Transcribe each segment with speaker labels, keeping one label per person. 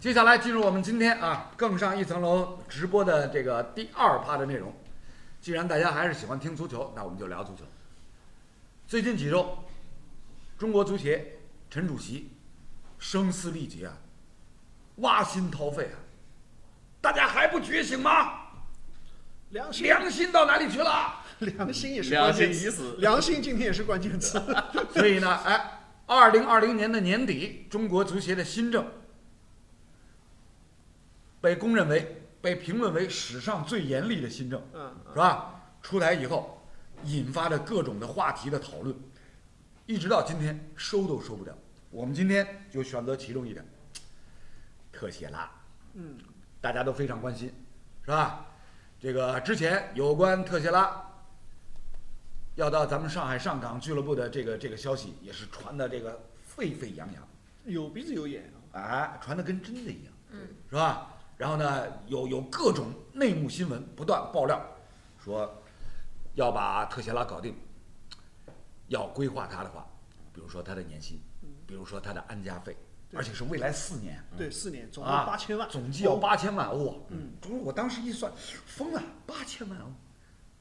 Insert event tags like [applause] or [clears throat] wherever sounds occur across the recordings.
Speaker 1: 接下来进入我们今天啊更上一层楼直播的这个第二趴的内容。既然大家还是喜欢听足球，那我们就聊足球。最近几周，中国足协陈主席声嘶力竭啊，挖心掏肺啊，大家还不觉醒吗？
Speaker 2: 良心，
Speaker 1: 良心到哪里去了？
Speaker 2: 良心也是
Speaker 3: 良
Speaker 2: 关
Speaker 3: 心
Speaker 2: 键
Speaker 3: 已
Speaker 2: 词。
Speaker 3: 死，
Speaker 2: 良心今天也是关
Speaker 1: [laughs]
Speaker 2: 键词。
Speaker 1: 所以呢，哎，二零二零年的年底，中国足协的新政被公认为、被评论为史上最严厉的新政，
Speaker 2: 嗯，
Speaker 1: 是吧？出台以后，引发着各种的话题的讨论，一直到今天收都收不了。我们今天就选择其中一点，特写拉，
Speaker 2: 嗯，
Speaker 1: 大家都非常关心，是吧？这个之前有关特谢拉要到咱们上海上港俱乐部的这个这个消息，也是传的这个沸沸扬扬，
Speaker 2: 有鼻子有眼啊。
Speaker 1: 哎，传的跟真的一样，
Speaker 4: 嗯，
Speaker 1: 是吧？然后呢，有有各种内幕新闻不断爆料，说要把特谢拉搞定，要规划他的话，比如说他的年薪，比如说他的安家费，
Speaker 2: 嗯对
Speaker 1: 而且是未来四年，
Speaker 2: 对，四年总共
Speaker 1: 啊，
Speaker 2: 八千万，
Speaker 1: 总计要
Speaker 2: 哦。
Speaker 1: 八千万欧啊。
Speaker 2: 嗯，
Speaker 1: 就是我当时一算，疯了，八千万欧，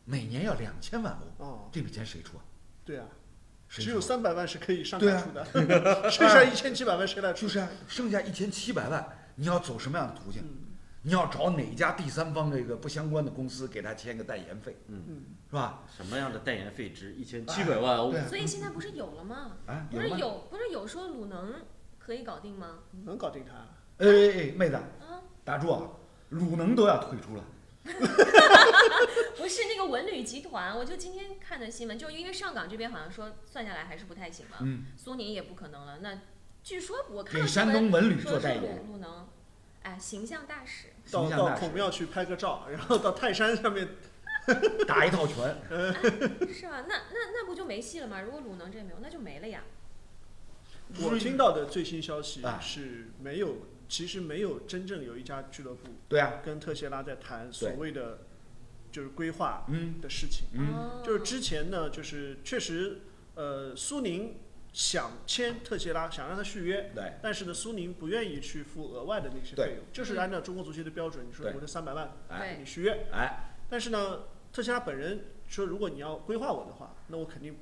Speaker 1: 每年要两千万欧，
Speaker 2: 哦，
Speaker 1: 这笔钱谁出啊？
Speaker 2: 对啊，
Speaker 1: 谁
Speaker 2: 只有
Speaker 1: 出啊
Speaker 2: 三百万是可以上
Speaker 1: 对
Speaker 2: 赶
Speaker 1: 啊
Speaker 2: 出的， [laughs] 剩下一千七百万谁来出？
Speaker 1: 就是啊，剩下一千七百万，你要走什么样的途径？你要找哪家第三方这个不相关的公司给他签个代言费，
Speaker 2: 嗯，
Speaker 1: 是吧？
Speaker 3: 什么样的代言费值一千七百万欧？
Speaker 1: 对啊
Speaker 4: 所以现在不是有了吗？
Speaker 1: 啊，
Speaker 4: 不
Speaker 1: 了
Speaker 4: 是
Speaker 1: 吗？
Speaker 4: 有，不是有说鲁能可以搞定吗？
Speaker 2: 能搞
Speaker 1: [laughs]
Speaker 2: 定他。
Speaker 1: 哎哎哎，妹子，
Speaker 4: 啊，
Speaker 1: 打住啊！鲁能都要退出了，
Speaker 4: [laughs] 不是那个文旅集团，我就今天看的新闻，就因为上港这边好像说算下来还是不太行嘛，
Speaker 1: 嗯，
Speaker 4: 苏宁也不可能了。那据说我看
Speaker 1: 给
Speaker 4: 到
Speaker 1: 山
Speaker 4: 新闻
Speaker 1: 东文旅做
Speaker 4: 说
Speaker 1: 代
Speaker 4: 是
Speaker 1: 言
Speaker 4: 鲁，鲁能，哎，形象大使，
Speaker 2: 到
Speaker 1: 形象
Speaker 2: 到
Speaker 1: 大使
Speaker 2: 孔庙去拍个照， [laughs] 然后到泰山上面，
Speaker 1: 打一套拳，
Speaker 4: 是吧？那那那不就没戏了吗？如果鲁能这没有，那就没了呀。
Speaker 2: 我听到的最新消息
Speaker 1: 哎
Speaker 2: 是没有，其实没有真正有一家俱乐部
Speaker 1: 对啊，
Speaker 2: 跟特谢拉在谈所谓的就是规划
Speaker 1: 嗯
Speaker 2: 的事情。
Speaker 1: 嗯，
Speaker 4: 哦
Speaker 2: 就是之前呢，就是确实，呃，苏宁想签特谢拉，想让他续约，
Speaker 1: 对，
Speaker 2: 但是呢，苏宁不愿意去付额外的那些费用，就是按照中国足协的标准，你说
Speaker 1: 对
Speaker 2: 我这三百万
Speaker 1: 哎
Speaker 4: 对
Speaker 2: 你续约，
Speaker 1: 哎，
Speaker 2: 但是呢，特谢拉本人说，如果你要规划我的话，那我肯定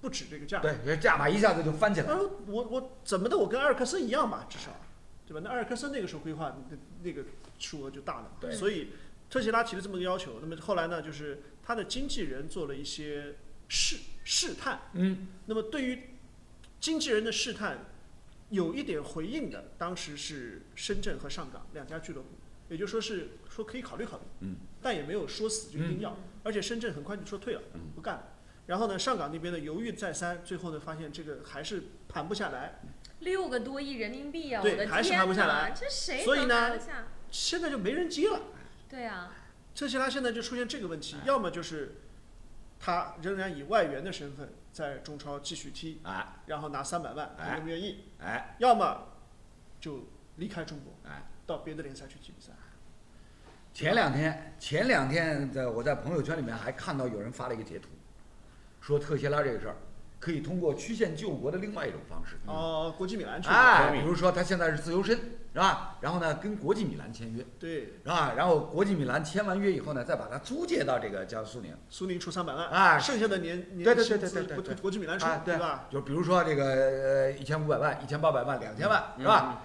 Speaker 2: 不止这个价。
Speaker 1: 对，这价码一下子就翻起来
Speaker 2: 他
Speaker 1: 了，
Speaker 2: 说我我怎么的，我跟埃尔克森一样吧，至少，对吧？那埃尔克森那个时候规划那那个数额就大了
Speaker 1: 对
Speaker 2: 嘛，所以特谢拉提了这么个要求。那么后来呢，就是他的经纪人做了一些试试探。
Speaker 1: 嗯，
Speaker 2: 那么对于经纪人的试探，有一点回应的，当时是深圳和上港两家俱乐部，也就说是说可以考虑考虑，
Speaker 1: 嗯，
Speaker 2: 但也没有说死就一定要，而且深圳很快就说退了，
Speaker 1: 嗯
Speaker 2: 不干了。然后呢，上港那边呢犹豫再三，最后呢发现这个还是盘不下来，
Speaker 4: 六个多亿人民币呀、
Speaker 2: 对
Speaker 4: 我的
Speaker 2: 还是
Speaker 4: 天
Speaker 2: 拿不下
Speaker 4: 哪
Speaker 2: 来
Speaker 4: 这谁
Speaker 2: 所以
Speaker 4: 能
Speaker 2: 呢
Speaker 4: 拿得下？
Speaker 2: 现在就没人接了。
Speaker 4: 对啊，
Speaker 2: 特谢拉现在就出现这个问
Speaker 1: 哎
Speaker 2: 题，要么就是他仍然以外援的身份在中超继续踢，
Speaker 1: 哎
Speaker 3: 啊
Speaker 2: 然后拿三百万，
Speaker 1: 哎
Speaker 2: 他愿不愿意？
Speaker 1: 哎
Speaker 2: 要么就离开中国，
Speaker 1: 哎。
Speaker 2: 到别的联赛去踢比赛。
Speaker 1: 前两天，前两天在我在朋友圈里面还看到有人发了一个截图，说特谢拉这个事儿可以通过曲线救国的另外一种方式。
Speaker 2: 哦，国际米兰去了，
Speaker 1: 哎，
Speaker 3: 球迷
Speaker 1: 比如说他现在是自由身，是吧？然后呢，跟国际米兰签约，
Speaker 2: 对，
Speaker 1: 是吧？然后国际米兰签完约以后呢，再把他租借到这个江苏宁。
Speaker 2: 苏宁出三百万，
Speaker 1: 哎
Speaker 2: 剩下的年
Speaker 1: 对
Speaker 2: 年
Speaker 1: 对对
Speaker 2: 薪
Speaker 1: 对
Speaker 2: 资
Speaker 1: 对对
Speaker 2: 国
Speaker 1: 对
Speaker 2: 国际米兰出
Speaker 1: 啊，，对
Speaker 2: 吧？
Speaker 1: 就比如说这个呃一千五百万、一千八百万、两千万，
Speaker 2: 嗯
Speaker 1: 是吧？
Speaker 3: 吧？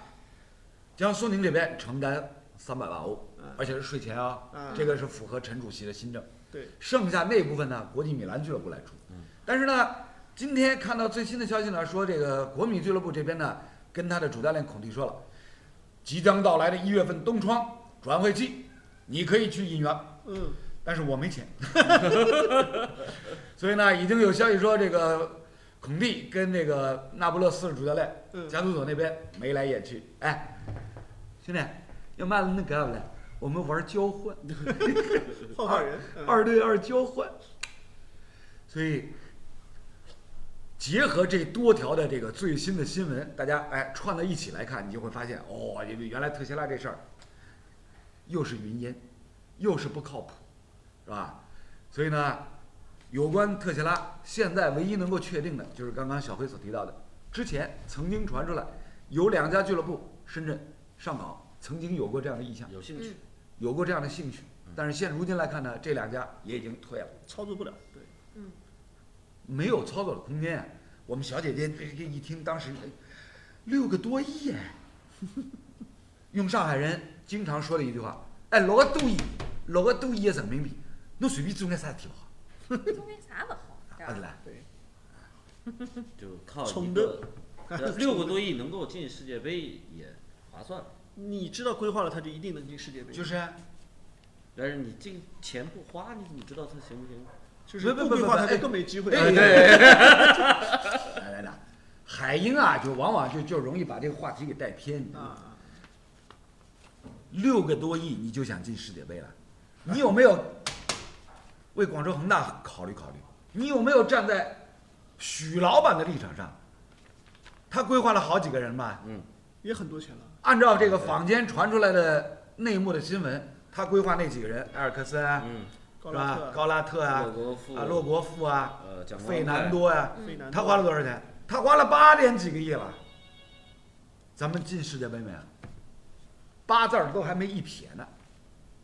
Speaker 1: 江苏宁这边承担三百万欧，
Speaker 2: 嗯
Speaker 1: 而且是税前啊，
Speaker 2: 嗯
Speaker 1: 这个是符合陈主席的新政。
Speaker 2: 对，
Speaker 1: 剩下那部分呢，国际米兰俱乐部来出。但是呢，今天看到最新的消息呢，说这个国米俱乐部这边呢，跟他的主教练孔蒂说了，即将到来的一月份冬窗转会期，你可以去引援，
Speaker 2: 嗯，
Speaker 1: 但是我没钱。所以呢，已经有消息说，这个孔蒂跟这个那不勒斯主教练
Speaker 2: 嗯
Speaker 1: 加图索那边眉来眼去，哎，兄弟，要卖了那个不嘞？我们玩交换，
Speaker 2: 换换人，嗯
Speaker 1: 二对二交换。所以，结合这多条的这个最新的新闻，大家哎串到一起来看，你就会发现哦，原来特谢拉这事儿又是云烟，又是不靠谱，是吧？所以呢，有关特谢拉，现在唯一能够确定的就是刚刚小黑所提到的，之前曾经传出来有两家俱乐部，深圳、上港曾经有过这样的意向，
Speaker 3: 有兴趣，
Speaker 1: 有过这样的兴趣，
Speaker 2: 嗯
Speaker 1: 但是现如今来看呢，这两家也已经退了，
Speaker 2: 操作不了，对，
Speaker 1: 没有操作的空间。啊我们小姐姐这这一听，当时哎六个多亿哎，用上海人经常说的一句话，哎，六个多亿，六个多亿的人民币，侬随便做眼啥事体不好，
Speaker 4: 中间啥不好，对
Speaker 2: [laughs] 啊
Speaker 4: 啊
Speaker 1: 阿是
Speaker 4: 吧？
Speaker 1: 啦，
Speaker 2: 对，
Speaker 3: 就靠一
Speaker 1: [laughs]
Speaker 2: 冲
Speaker 3: 个呃六个多亿能够进世界杯也划算，
Speaker 2: 你知道规划了，他就一定能进世界杯，
Speaker 1: 就是啊。
Speaker 3: 但是你这个钱不花，你怎么知道它行不行？
Speaker 2: 就是
Speaker 1: 不不
Speaker 2: 不
Speaker 1: 不
Speaker 2: 规划他
Speaker 1: 哎
Speaker 2: 就更没机会，
Speaker 1: 哎
Speaker 2: 对，
Speaker 1: [laughs] 来来来，海英啊，就往往就就容易把这个话题给带偏。你知道吗
Speaker 2: 啊，
Speaker 1: 六个多亿你就想进世界杯了，你有没有为广州恒大考虑考虑？你有没有站在许老板的立场上？他规划了好几个人吧？
Speaker 3: 嗯，
Speaker 2: 也很多钱了，
Speaker 1: 按照这个坊间传出来的内幕的新闻，他规划那几个人，埃尔克森啊，
Speaker 3: 嗯，
Speaker 2: 高
Speaker 1: 是
Speaker 2: 拉
Speaker 1: 吧？
Speaker 2: 特、
Speaker 1: 高拉特啊
Speaker 3: 洛，国富
Speaker 1: 啊，洛国富啊，
Speaker 3: 呃，蒋光
Speaker 1: 费
Speaker 3: 太
Speaker 1: 南，多啊呀、
Speaker 2: 费
Speaker 1: 嗯
Speaker 2: 南多，
Speaker 1: 他花了多少钱？他花了八点几个亿了。咱们进世界杯没啊？八字儿都还没一撇呢，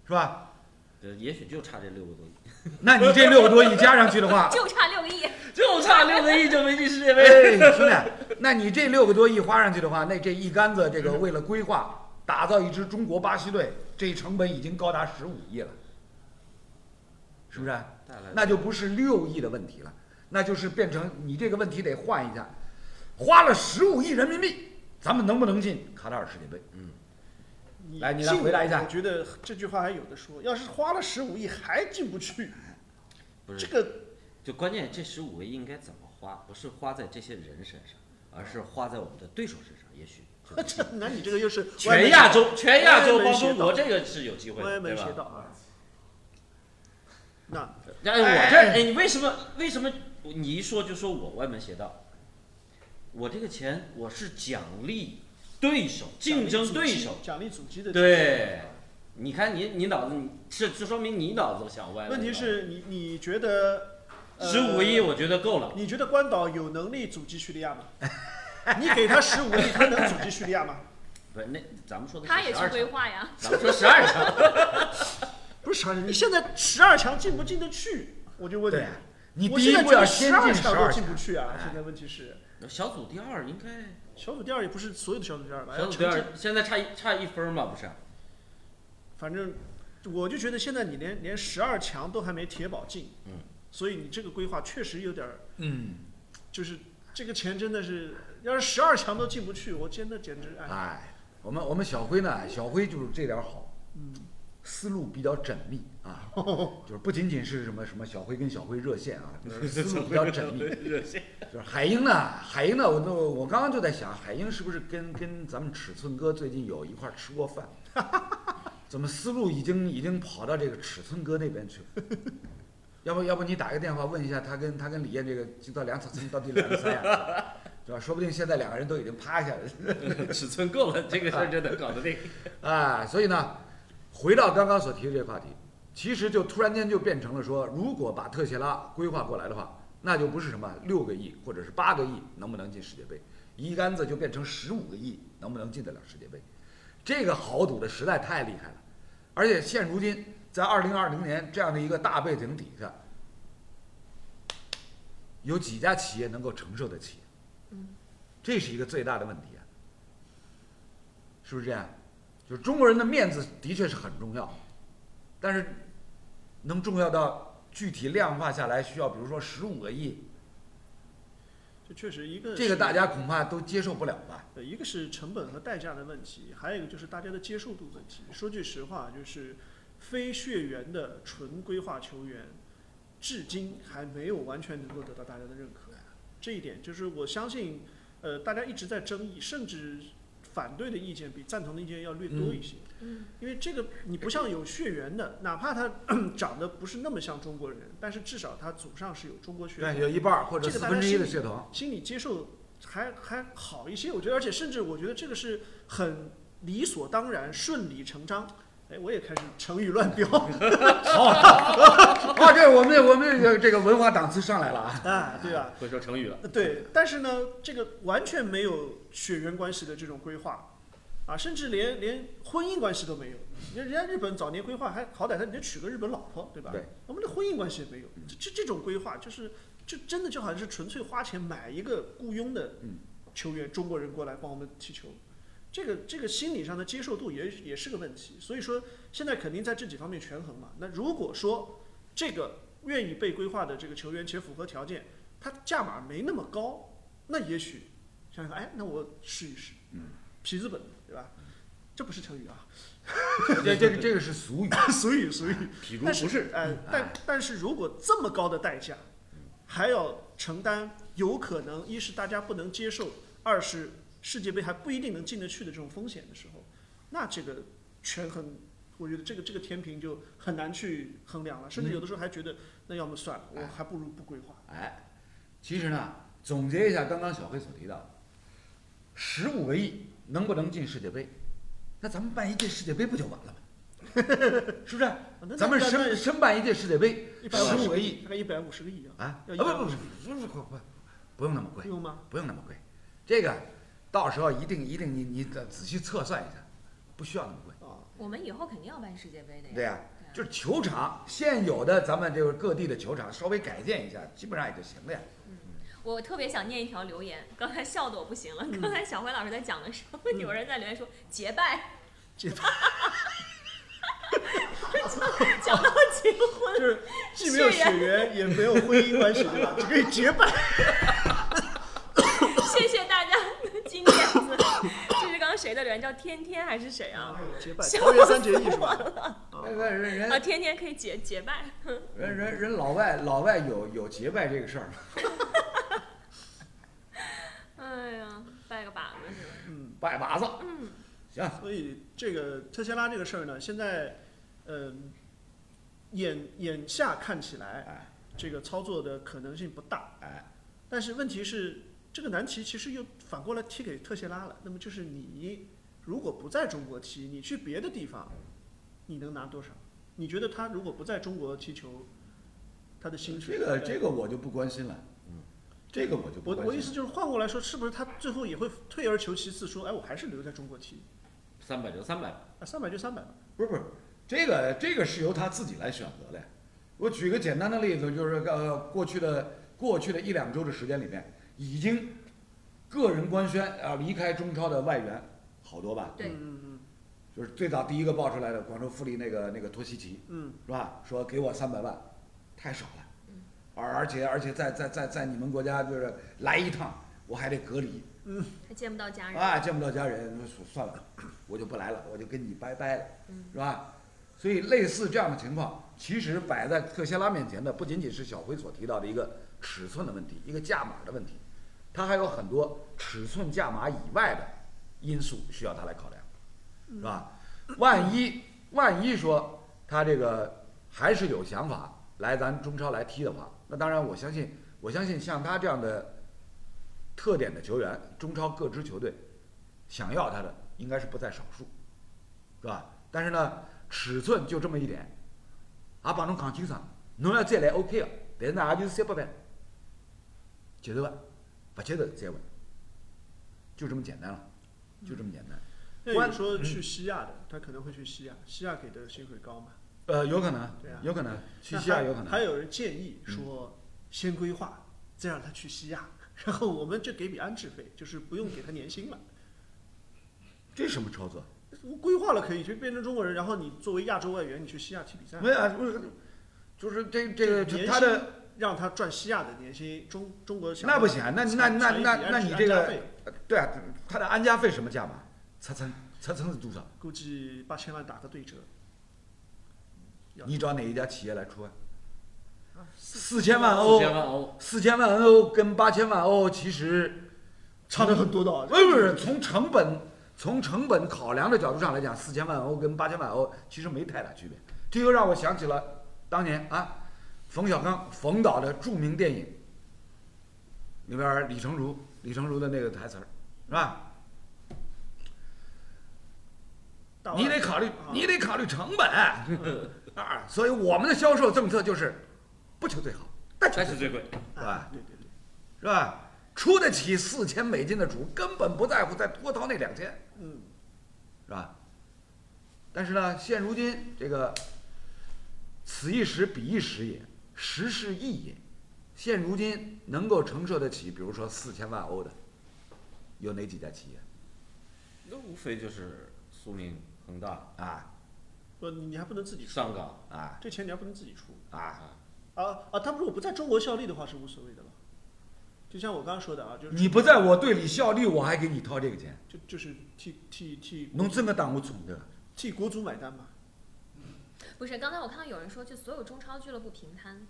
Speaker 1: 是吧？
Speaker 3: 对，呃也许就差这六
Speaker 1: [laughs]
Speaker 3: 个多亿，
Speaker 1: 那你这六个多亿加上去的
Speaker 4: [laughs]
Speaker 1: 话，
Speaker 4: 就差六个亿，
Speaker 3: 就差六个亿就没进世
Speaker 1: [laughs]
Speaker 3: 界杯。
Speaker 1: 哎，兄弟，那你这六个多亿花上去的话，那这一竿子这个为了规划打造一支中国巴西队，这成本已经高达十五亿了，是不啊是？
Speaker 3: 带来
Speaker 1: 那就不是六亿的问题了，那就是变成你这个问题得换一下，花了十五亿人民币，咱们能不能进卡塔尔世界杯？
Speaker 2: 你
Speaker 1: 来你来
Speaker 2: 进
Speaker 1: 回答一下
Speaker 2: 我觉得这句话还有的说，要是花了十五亿还进不去，
Speaker 3: 不
Speaker 2: 这
Speaker 3: 是，
Speaker 2: 个
Speaker 3: 就关键这十五个亿应该怎么花？不是花在这些人身上，而是花在我们的对手身上，也许就能进。
Speaker 2: 这那你这个又是
Speaker 3: 全亚洲，全亚洲
Speaker 2: 歪门
Speaker 3: 帮
Speaker 2: 邪
Speaker 3: 中
Speaker 2: 道
Speaker 3: 国，这个是有机会
Speaker 2: 歪
Speaker 3: 的，对
Speaker 2: 门
Speaker 3: 吧
Speaker 2: 邪？道啊。那
Speaker 3: 哎，我这儿哎，你为什么为什么你一说就说我歪门邪道？我这个钱我是奖励对手， [laughs] 竞争对手。
Speaker 2: 奖励阻击的啊
Speaker 3: 对，你看你你脑子，你这这说明你脑子想歪了。
Speaker 2: 问题是你你觉得呃
Speaker 3: 十五亿，，我觉得够了
Speaker 2: 呃。你觉得关岛有能力阻击叙利亚吗？你给他十五亿，他能阻击叙利亚
Speaker 3: [laughs]
Speaker 2: 吗？
Speaker 3: 不是那咱们说的
Speaker 4: 他
Speaker 3: 是
Speaker 4: 也
Speaker 3: 十
Speaker 4: 去
Speaker 3: 二
Speaker 4: 规
Speaker 3: 强，
Speaker 4: 划呀。
Speaker 3: 咱们说十二强，
Speaker 2: 不是十二强，你现在十二强进不进得去？我就问
Speaker 1: 对啊
Speaker 2: 你，
Speaker 1: 你
Speaker 2: 我
Speaker 1: 第
Speaker 2: 现
Speaker 1: 一
Speaker 2: 在
Speaker 1: 步要
Speaker 2: 十
Speaker 1: 先
Speaker 2: 二
Speaker 1: 进十
Speaker 2: 强都
Speaker 1: 二
Speaker 2: 进
Speaker 1: 强
Speaker 2: 不，去啊！
Speaker 1: 哎
Speaker 2: 现在问题是
Speaker 3: 小组第二应该。
Speaker 2: 小组第二也不是所有的小组第二吧？
Speaker 3: 小组第
Speaker 2: 成绩
Speaker 3: 二现在差一差一分嘛，不是？
Speaker 2: 反正我就觉得现在你连连十二强都还没铁保进，
Speaker 3: 嗯，
Speaker 2: 所以你这个规划确实有点儿，
Speaker 1: 嗯，
Speaker 2: 就是这个钱真的是，要是十二强都进不去，我真的简直哎，
Speaker 1: 哎，我们我们小辉呢，小辉就是这点儿好，
Speaker 2: 嗯
Speaker 1: 思路比较缜密啊，
Speaker 2: 哦
Speaker 1: 就是不仅仅是什么什么小辉跟小辉热线
Speaker 2: [laughs]
Speaker 1: 啊，就是思路比较缜密。
Speaker 3: 热线
Speaker 1: 就是海英呢，海英呢，我都我刚刚就在想，海英是不是跟跟咱们尺寸哥最近有一块儿吃过饭？ [laughs] 怎么思路已经已经跑到这个尺寸哥那边去了？ [laughs] 要不要不你打个电话问一下他跟他跟李艳这个就到梁尺寸到底两个三呀？ [laughs] 是吧？说不定现在两个人都已经趴下了
Speaker 3: [laughs] 尺寸够了，这个事儿真的搞得定。
Speaker 1: [laughs] 啊！所以呢，回到刚刚所提的这个话题，其实就突然间就变成了说，如果把特谢拉规划过来的话，那就不是什么六个亿或者是八个亿能不能进世界杯，一竿子就变成十五个亿能不能进得了世界杯。这个豪赌的实在太厉害了，而且现如今在二零二零年这样的一个大背景底下，有几家企业能够承受得起？这是一个最大的问题啊，是不是这样？就是中国人的面子的确是很重要，但是能重要到具体量化下来需要，比如说十五个亿，
Speaker 2: 这确实一个
Speaker 1: 这个
Speaker 2: 是
Speaker 1: 大家恐怕都接受不了吧？
Speaker 2: 呃，一个是成本和代价的问题，还有一个就是大家的接受度问题。说句实话，就是非血缘的纯规划球员，至今还没有完全能够得到大家的认可。这一点就是我相信，呃，大家一直在争议，甚至反对的意见比赞同的意见要略多一些。
Speaker 4: 嗯，
Speaker 2: 因为这个你不像有血缘的，哪怕他 [clears throat] 长得不是那么像中国人，但是至少他祖上是有中国血统
Speaker 1: 对，。有一半儿或者四
Speaker 2: 这个大家
Speaker 1: 分之一
Speaker 2: 心
Speaker 1: 的
Speaker 2: 里
Speaker 1: 血统，
Speaker 2: 心理接受还还好一些，我觉得，而且甚至我觉得这个是很理所当然、顺理成章。哎，我也开始成语乱标 [laughs] 哦
Speaker 1: 啊，这我们我们这个这个文化档次上来了
Speaker 2: [laughs]
Speaker 1: 啊！
Speaker 2: 啊，对吧？
Speaker 3: 会说成语了，
Speaker 2: 对，但是呢，这个完全没有血缘关系的这种规划，啊，甚至连连婚姻关系都没有。人人家日本早年规划还好歹他你就娶个日本老婆，对吧？
Speaker 1: 对
Speaker 2: 我们的婚姻关系也没有，这这这种规划就是就真的就好像是纯粹花钱买一个雇佣的
Speaker 1: 嗯
Speaker 2: 球员，中国人过来帮我们踢球。这个这个心理上的接受度也也是个问题，所以说现在肯定在这几方面权衡嘛。那如果说这个愿意被规划的这个球员且符合条件，他价码没那么高，那也许想想哎，那我试一试，
Speaker 1: 嗯，
Speaker 2: 皮子本对吧？这不是成语啊， [laughs]
Speaker 1: 这这个这个是俗语，
Speaker 2: 俗语俗语。
Speaker 3: 比
Speaker 2: 但是哎，
Speaker 1: 嗯
Speaker 2: 但但是如果这么高的代价，还要承担，有可能一是大家不能接受，二是世界杯还不一定能进得去的这种风险的时候，那这个权衡，我觉得这个这个天平就很难去衡量了，甚至有的时候还觉得，那要么算了，我还不如不规划。
Speaker 1: 哎，其实呢，总结一下刚刚小黑所提到的，实物为一，能不能进世界杯？那咱们办一届世界杯不就完了吗？ [laughs] 是不是？
Speaker 2: 啊那
Speaker 1: 咱们
Speaker 2: 那
Speaker 1: 申申办一届世界杯，
Speaker 2: 一百
Speaker 1: 实
Speaker 2: 五
Speaker 1: 物为
Speaker 2: 十
Speaker 1: 一
Speaker 2: 大概一百五十个亿
Speaker 1: 啊
Speaker 2: 啊，
Speaker 1: 啊！不
Speaker 2: 要
Speaker 1: 不不
Speaker 2: 150
Speaker 1: 不不不不，不用那么贵
Speaker 2: 不，用吗？
Speaker 1: 不用那么贵，这个到时候一定一定你你仔仔细测算一下，不需要那么贵。
Speaker 2: 啊，
Speaker 4: 我们以后肯定要办世界杯的呀。
Speaker 1: 对呀、
Speaker 4: 啊
Speaker 1: 就是球场现有的咱们这个各地的球场稍微改建一下，基本上也就行了呀。
Speaker 4: 我特别想念一条留言，刚才笑得我不行了。刚才小辉老师在讲的时候，有人在留言说结拜，
Speaker 2: 结
Speaker 4: 拜，讲到结婚，
Speaker 2: 就是既没有
Speaker 4: 血缘
Speaker 2: 血缘，也没有婚姻关系，对吧？只可以结拜。
Speaker 4: 谢谢大家的金链子。这是刚刚谁的留言？叫天天还是谁啊？
Speaker 2: 结拜，
Speaker 4: [laughs] 笑
Speaker 2: 桃园三结义是吧？啊
Speaker 1: 那个人人
Speaker 4: 啊，天天可以结结拜。
Speaker 1: 人人人老外老外有有结拜这个事儿，
Speaker 4: 哎呀，拜个把子是吧？
Speaker 2: 嗯，
Speaker 1: 拜把子。
Speaker 4: 嗯，
Speaker 1: 行，
Speaker 2: 所以这个特谢拉这个事儿呢，现在，嗯、眼眼下看起来，
Speaker 1: 哎
Speaker 2: 这个操作的可能性不大。
Speaker 1: 哎，
Speaker 2: 但是问题是，这个难题其实又反过来踢给特谢拉了。那么就是你如果不在中国踢，你去别的地方，你能拿多少？你觉得他如果不在中国踢球，他的薪水
Speaker 1: 这个
Speaker 2: 大概
Speaker 1: 这个我就不关心了，
Speaker 3: 嗯，
Speaker 1: 这个我就不
Speaker 2: 我我
Speaker 1: 关
Speaker 2: 意
Speaker 1: 心
Speaker 2: 思
Speaker 1: 了。
Speaker 2: 就是换过来说，是不是他最后也会退而求其次说，哎，我还是留在中国踢，
Speaker 3: 三百就三百，
Speaker 2: 啊，三百就三百吧。
Speaker 1: 不是不是，这个这个是由他自己来选择的。我举个简单的例子，就是呃，过去的过去的一两周的时间里面，已经个人官宣啊离开中超的外援好多吧，
Speaker 4: 对，
Speaker 2: 嗯嗯
Speaker 1: 就是最早第一个爆出来的广州富力那个那个托西奇，
Speaker 2: 嗯，
Speaker 1: 是吧？说给我三百万，太少了
Speaker 4: 嗯，
Speaker 1: 而而且而且在在在在你们国家就是来一趟，我还得隔离
Speaker 4: 还见不到家人。
Speaker 1: 啊，见不到家人，说算了，我就不来了，我就跟你拜拜了，
Speaker 4: 嗯
Speaker 1: 是吧？所以类似这样的情况，其实摆在特谢拉面前的不仅仅是小辉所提到的一个尺寸的问题，一个价码的问题，它还有很多尺寸价码以外的因素需要他来考量，
Speaker 4: 嗯
Speaker 1: 是吧？万一万一说他这个还是有想法来咱中超来踢的话，那当然我相信，我相信像他这样的特点的球员，中超各支球队想要他的应该是不在少数，是吧？但是呢，尺寸就这么一点，也帮侬讲清爽，侬要再来 OK 的，但是呢，也就是三百万，接受伐？不接受再问，就这么简单了，就这么简单。
Speaker 2: 那
Speaker 1: 关嗯
Speaker 2: 有说去西亚的，他可能会去西亚，西亚给的薪水高嘛？
Speaker 1: 呃，有可能
Speaker 2: 对啊，
Speaker 1: 有可能，去
Speaker 2: 那
Speaker 1: 西亚
Speaker 2: 还
Speaker 1: 有可能嗯
Speaker 2: 还。有人建议说，先规划，再让他去西亚，然后我们就给笔安置费，就是不用给他年薪了。
Speaker 1: 这什么操作？
Speaker 2: 我规划了可以就变成中国人，然后你作为亚洲外援，你去西亚踢比赛
Speaker 1: 没，有啊，不是，就是这这个
Speaker 2: 这年薪
Speaker 1: 他的
Speaker 2: 让他赚西亚的年薪，中中国想
Speaker 1: 那不行，那那那
Speaker 2: 攒一笔
Speaker 1: 那
Speaker 2: 安置
Speaker 1: 那你
Speaker 2: 安
Speaker 1: 这
Speaker 2: 家
Speaker 1: 个
Speaker 2: 费
Speaker 1: 对啊，他的安家费什么价码？测层测层是多少？
Speaker 2: 估计八千万打个对折，要
Speaker 1: 你找哪一家企业来出啊？
Speaker 2: 啊
Speaker 1: 四千万
Speaker 3: 四
Speaker 1: 欧，
Speaker 3: 千万欧，
Speaker 1: 四千万欧跟八千万欧其实
Speaker 2: 差的很多的啊。
Speaker 1: 不是不是从成本从成本考量的角度上来讲，四千万欧跟八千万欧其实没太大区别。这又让我想起了当年啊，冯小刚冯导的著名电影里边儿李成儒李成儒的那个台词儿是吧？
Speaker 2: 大
Speaker 1: 你得
Speaker 2: 腕儿
Speaker 1: 考虑
Speaker 2: 啊
Speaker 1: 你得考虑成本啊，所以我们的销售政策就是不求最好，但求
Speaker 3: 但
Speaker 1: 最
Speaker 3: 是最贵。
Speaker 1: 是吧
Speaker 2: 哎对对对，
Speaker 1: 是吧？出得起四千美金的主根本不在乎再多掏那两千。
Speaker 2: 嗯。
Speaker 1: 是吧？但是呢，现如今这个此一时彼一时也，时势易也。现如今能够承受得起，比如说四千万欧的，有哪几家企业
Speaker 3: 那无非就是苏宁、恒大、
Speaker 1: 啊
Speaker 2: 不，你你还不能自己出，
Speaker 3: 上港
Speaker 1: 啊
Speaker 2: 这钱你还不能自己出
Speaker 1: 啊？
Speaker 2: 啊啊！他们如果不在中国效力的话是无所谓的了，就像我刚刚说的啊，就是
Speaker 1: 你不在我队里效力，我还给你掏这个钱，
Speaker 2: 就就是替替替
Speaker 1: 侬真的当我宠的？
Speaker 2: 替国足买单嘛。
Speaker 4: 不是，刚才我看到有人说，就所有中超俱乐部平摊。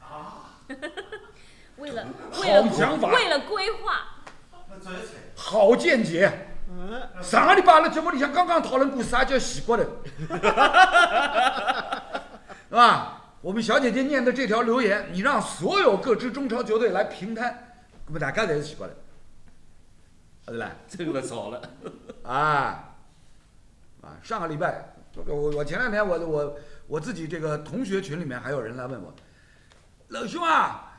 Speaker 4: 啊！ [laughs] 为了为了
Speaker 1: 好想法
Speaker 4: 为了规划，
Speaker 5: 那这一切，
Speaker 1: 好见解！
Speaker 2: 嗯，
Speaker 1: 上个礼拜阿拉节目里向刚刚讨论过啥叫洗 [laughs] 骨头，是吧？我们小姐姐念的这条留言，你让所有各支中超球队来平摊，那么大家才是洗骨头，对不对？
Speaker 3: 这个早了，
Speaker 1: 啊啊！上个礼拜，我我前两天我我我自己这个同学群里面还有人来问我，老兄啊，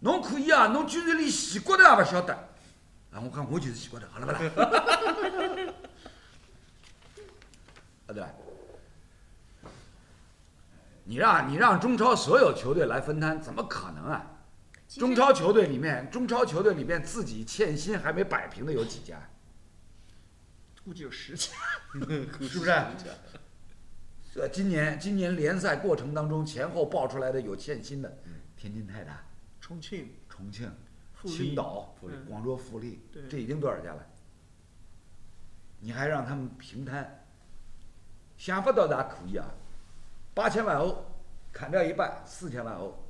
Speaker 1: 侬可以啊，侬居然连洗骨头也不晓得啊！我看我就是洗骨头，好了不啦？啊对吧？你让你让中超所有球队来分摊，怎么可能啊？
Speaker 4: 其实
Speaker 1: 中超球队里面，中超球队里面自己欠薪还没摆平的有几家？
Speaker 2: 估计有十家。
Speaker 1: 是不是？ [laughs] 呃，今年今年联赛过程当中前后爆出来的有欠薪的，天津泰达、
Speaker 2: [laughs] 重庆、
Speaker 1: 重庆、
Speaker 2: 富力
Speaker 1: 青岛
Speaker 2: 富力、
Speaker 1: 广州富力
Speaker 2: 对，
Speaker 1: 这已经多少家了？你还让他们平摊，想法倒大可以啊，八千万欧砍掉一半，四千万欧，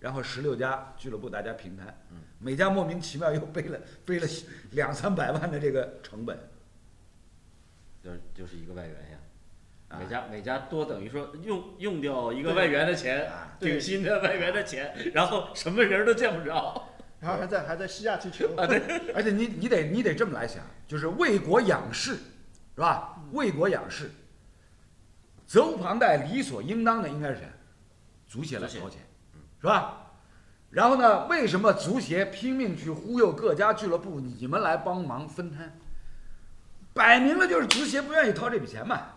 Speaker 1: 然后十六家俱乐部大家平摊，每家莫名其妙又背了背了两三百万的这个成本，
Speaker 3: 就是就是一个外援呀。
Speaker 1: 啊
Speaker 3: 每家每家多等于说用用掉一个外援的钱
Speaker 1: 啊，
Speaker 2: 对
Speaker 3: 顶薪的外援的钱，然后什么人都见不着。
Speaker 2: 然后还
Speaker 1: 啊
Speaker 2: 在还在西亚踢球，
Speaker 1: 而且你你得你得这么来想，就是为国养士，是吧？为国养士，责无旁贷、理所应当的应该是谁？足协来掏
Speaker 3: 足
Speaker 1: 钱，是吧？然后呢，为什么足协拼命去忽悠各家俱乐部，你们来帮忙分摊？摆明了就是足协不愿意掏这笔钱嘛。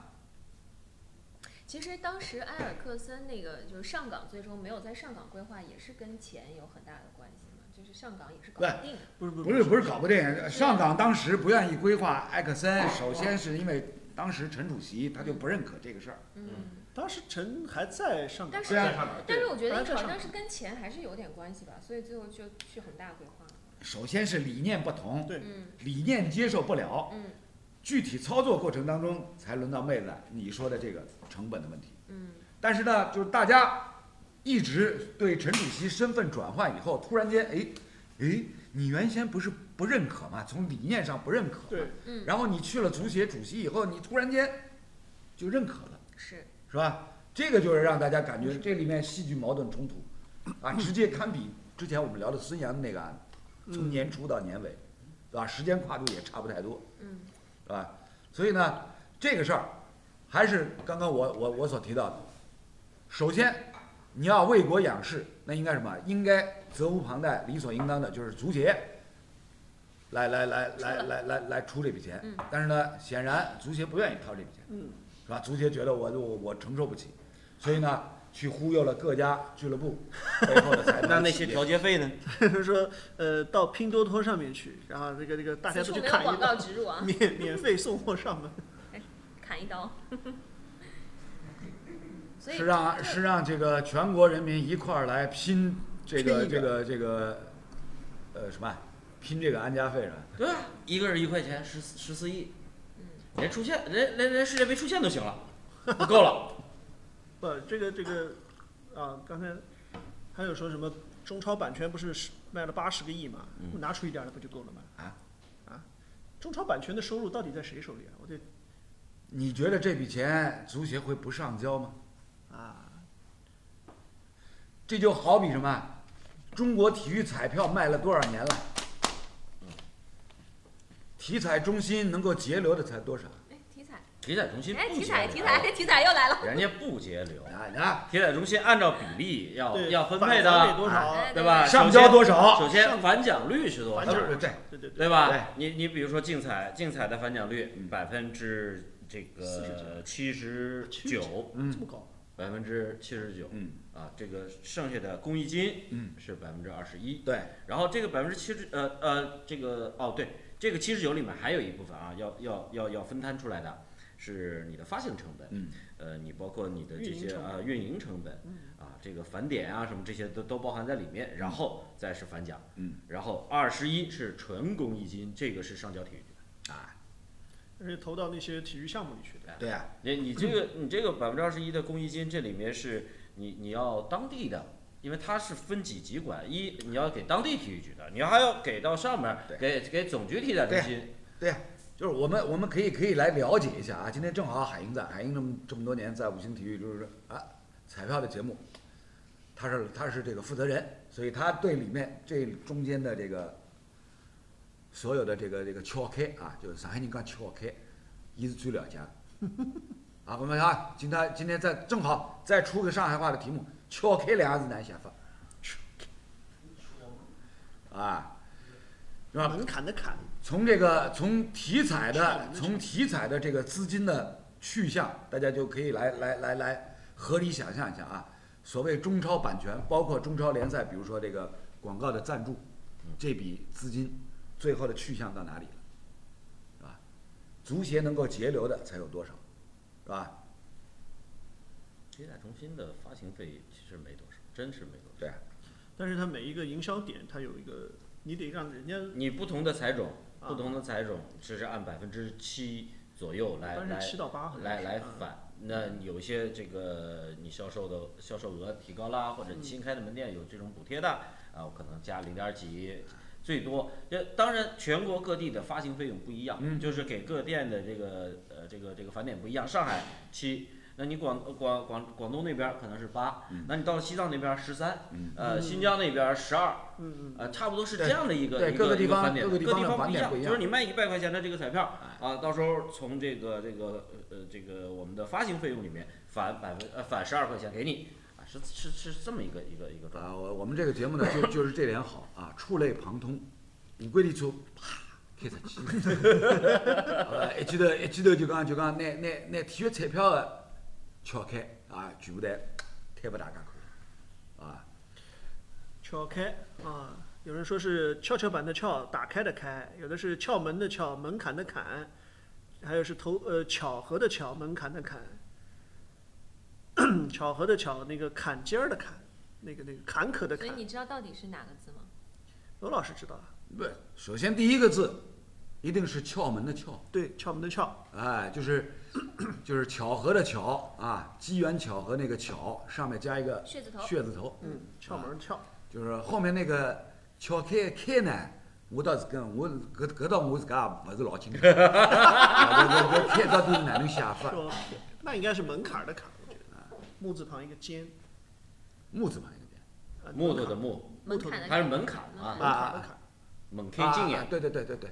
Speaker 4: 其实当时埃尔克森那个就是上港，最终没有在上港规划，也是跟钱有很大的关系嘛。就是上港也是搞不定的，
Speaker 2: 不是不
Speaker 1: 不是不是搞不定，上港当时不愿意规划埃克森，首先是因为当时陈主席他就不认可这个事儿。
Speaker 4: 嗯。
Speaker 2: 当时陈还在上港，
Speaker 4: 但是
Speaker 1: 对啊
Speaker 4: 但是我觉得
Speaker 2: 对
Speaker 4: 好像是跟钱还是有点关系吧，所以最后就去恒大规划了。
Speaker 1: 首先是理念不同，
Speaker 2: 对
Speaker 4: 嗯
Speaker 1: 理念接受不了，
Speaker 4: 嗯
Speaker 1: 具体操作过程当中才轮到妹子你说的这个成本的问题。
Speaker 4: 嗯，
Speaker 1: 但是呢，就是大家一直对陈主席身份转换以后，突然间，哎，哎，你原先不是不认可吗？从理念上不认可，
Speaker 2: 对。
Speaker 4: 嗯
Speaker 1: 然后你去了足协主席以后，你突然间就认可了，
Speaker 4: 是
Speaker 1: 是吧？这个就是让大家感觉这里面戏剧矛盾冲突，啊，直接堪比之前我们聊的孙杨的那个案子，从年初到年尾，对吧？时间跨度也差不太多。
Speaker 4: 嗯
Speaker 1: 是吧？所以呢，这个事儿还是刚刚我我我所提到的，首先你要为国养士，那应该什么？应该责无旁贷、理所应当的就是足协来来来来来来来出这笔钱
Speaker 4: 嗯。
Speaker 1: 但是呢，显然足协不愿意掏这笔钱，
Speaker 2: 嗯，
Speaker 1: 是吧？足协觉得我我我承受不起，所以呢，去忽悠了各家俱乐部背后的财团。
Speaker 3: [laughs] 那那些调节费呢？
Speaker 2: [laughs] 他说呃到拼多多上面去，然后这个这个大家
Speaker 4: 此
Speaker 2: 都去
Speaker 4: 处没有
Speaker 2: 砍一
Speaker 4: 广告
Speaker 2: 刀，
Speaker 4: 植入啊，
Speaker 2: 免免费送货上门。
Speaker 4: 砍
Speaker 2: [laughs]
Speaker 4: 一刀。所以
Speaker 1: 是
Speaker 2: 啊
Speaker 1: 让是让这个全国人民一块儿来拼这个
Speaker 2: 拼一
Speaker 1: 这
Speaker 2: 个
Speaker 1: 个这个，呃什么，拼这个安家费是吧？
Speaker 3: 对啊，一个人一块钱，十四十四亿，
Speaker 4: 嗯
Speaker 3: 连出现连连连世界杯出现都行了，不够了。
Speaker 2: 不，这个这个啊，刚才还有说什么中超版权不是是卖了八十个亿嘛？
Speaker 3: 嗯
Speaker 2: 拿出一点儿来不就够了吗？
Speaker 1: 啊
Speaker 2: 啊，中超版权的收入到底在谁手里啊？我得
Speaker 1: 你觉得这笔钱足协会不上交吗？
Speaker 2: 啊，
Speaker 1: 这就好比什么？啊中国体育彩票卖了多少年了？体彩中心能够节流的才多少？
Speaker 4: 哎，体彩
Speaker 3: 体彩中心
Speaker 4: 哎，
Speaker 3: 不啊
Speaker 4: 体
Speaker 3: 节
Speaker 4: 彩
Speaker 3: 流，
Speaker 4: 体彩体彩又来了，
Speaker 3: 人家不节流，
Speaker 1: 啊，你看
Speaker 3: 体彩中心按照比例要
Speaker 2: 对，
Speaker 3: 哦要分配
Speaker 2: 返还给
Speaker 3: 的，啊
Speaker 2: 多少？啊
Speaker 4: 哎
Speaker 3: 对吧？
Speaker 1: 上
Speaker 3: 首
Speaker 1: 交
Speaker 3: 先
Speaker 1: 多少？
Speaker 3: 首先返奖率是多
Speaker 1: 啊
Speaker 2: 返
Speaker 3: 少
Speaker 1: 不
Speaker 2: 奖？
Speaker 1: 是对，
Speaker 2: 对对对，
Speaker 3: 对吧？
Speaker 1: 对
Speaker 3: 你你比如说竞彩，竞彩的返奖率
Speaker 1: 嗯
Speaker 3: 百分之这个七十九，
Speaker 2: 这
Speaker 1: 嗯
Speaker 2: 么高，啊
Speaker 3: 百分之七十九
Speaker 1: 嗯
Speaker 3: 啊，这个剩下的公益金
Speaker 1: 嗯，
Speaker 3: 是百分之二十一，
Speaker 1: 对，
Speaker 3: 然后这个百分之七十呃呃这个哦对，这个七十九里面还有一部分啊，要要要要分摊出来的是你的发行成本，
Speaker 1: 嗯，
Speaker 3: 呃，你包括你的这
Speaker 2: 运营
Speaker 3: 些
Speaker 2: 成本
Speaker 3: 啊运营成本
Speaker 2: 嗯，
Speaker 3: 啊这个返点啊什么这些都都包含在里面，然后再是返奖，
Speaker 1: 嗯，
Speaker 3: 然后二十一是纯公益金，这个是上交体育局。
Speaker 1: 啊，
Speaker 2: 而且投到那些体育项目里
Speaker 3: 哎
Speaker 2: 去的。
Speaker 1: 对啊，
Speaker 3: 你你这个你这个百分之二十一的公益金，这里面是你你要当地的，因为它是分几级管，一你要给当地体育局的，你还要给到上面
Speaker 1: 对
Speaker 3: 给给总局体检中心，
Speaker 1: 就是我们我们可以可以来了解一下啊。今天正好海英在，海英这么这么多年在五星体育就是啊彩票的节目，他是他是这个负责人，所以他对里面这中间的这个所有的这个这个撬开啊，就是上海人讲撬开，伊是最了解的。啊，我们啊，今天今天再正好再出个上海话的题目，撬开两个字哪想法？啊，是吧？
Speaker 2: 门槛的坎，
Speaker 1: 从这个从体彩的
Speaker 2: 是的
Speaker 1: 从体彩的这个资金的去向，大家就可以来来来来合理想象一下啊。所谓中超版权，包括中超联赛，比如说这个广告的赞助，这笔资金最后的去向到哪里了，是吧？足协能够节流的才有多少，是吧？
Speaker 3: 体检中心的发行费其实没多少，真是没多少。
Speaker 1: 对，
Speaker 2: 但是它每一个营销点，它有一个，你得让人家
Speaker 3: 你不同的彩种，
Speaker 2: 啊
Speaker 3: 不同的彩种，只是按百分之七左右来
Speaker 2: 当
Speaker 3: 来
Speaker 2: 时七到八，好像
Speaker 3: 来
Speaker 2: 是
Speaker 3: 来
Speaker 2: 嗯
Speaker 3: 返。那有一些这个你销售的销售额提高啦，或
Speaker 1: 嗯
Speaker 3: 者你新开的门店有这种补贴的啊，我可能加零点几，最多。这当然全国各地的发行费用不一样，
Speaker 1: 嗯
Speaker 3: 就是给各店的这个呃这个这个返点不一样。上海七，那你广呃广广广东那边儿可能是八、
Speaker 1: 嗯
Speaker 3: 那你到了西藏那边十三、
Speaker 1: 嗯
Speaker 3: 呃
Speaker 2: 嗯
Speaker 3: 新疆那边十二，
Speaker 2: 嗯嗯
Speaker 3: 呃，差不多是
Speaker 1: 对
Speaker 3: 这样的一个
Speaker 1: 对
Speaker 3: 一
Speaker 1: 各
Speaker 3: 个
Speaker 1: 个地
Speaker 3: 一个
Speaker 1: 方
Speaker 3: 返点，
Speaker 1: 各个地
Speaker 3: 地
Speaker 1: 方的返
Speaker 3: 不一
Speaker 1: 点不一
Speaker 3: 就
Speaker 1: 样哎
Speaker 3: 是你卖一百块钱的这个彩票啊，到时候从这个这个呃呃这个我们的发行费用里面返百分呃返十二块钱给你啊，是是是这么一个一个一个状态。
Speaker 1: 啊，我我们这个节目呢，就就是这点好啊，触类旁通，你规律就啪开出 [laughs] 去，呃，一记头一记头就讲就讲拿拿拿体育彩票的撬开啊，全部来推拨大家看，啊，
Speaker 2: 撬开啊，有人说是跷跷板的跷，打开的开，有的是窍门的窍，门槛的槛，还有是头呃巧合的巧，门槛的槛， [coughs] 巧合的巧，那个坎肩儿的坎，那个那个坎坷的
Speaker 4: 所以
Speaker 2: 坎，
Speaker 4: 你知道到底是哪个字吗？
Speaker 2: 罗老师知道啊，
Speaker 1: 不，首先第一个字一定是窍门的窍，
Speaker 2: 对，窍门的窍，
Speaker 1: 哎，就是就是巧合的巧啊，机缘巧合那个巧，上面加一个
Speaker 4: 血字头。
Speaker 1: 血字头，
Speaker 2: 嗯，窍
Speaker 3: 啊
Speaker 2: 门的窍，
Speaker 1: 就是后面那个撬开开呢，我倒是跟我搿搿道我自家也勿是老清楚，啊搿搿搿开到底是哪能写法？
Speaker 2: 说那应该是门槛儿的坎，我觉得，啊木字旁一个尖，
Speaker 1: 木字旁一个点
Speaker 2: 啊
Speaker 3: 木
Speaker 2: 门
Speaker 3: 头
Speaker 2: 槛
Speaker 3: 的木，
Speaker 2: 木
Speaker 4: 门
Speaker 2: 头
Speaker 4: 槛的
Speaker 3: 它是门槛
Speaker 4: 门
Speaker 3: 啊，
Speaker 1: 啊
Speaker 2: 门槛儿的坎，
Speaker 3: 猛 K 进
Speaker 1: 啊
Speaker 3: 眼。
Speaker 1: 对对对对对，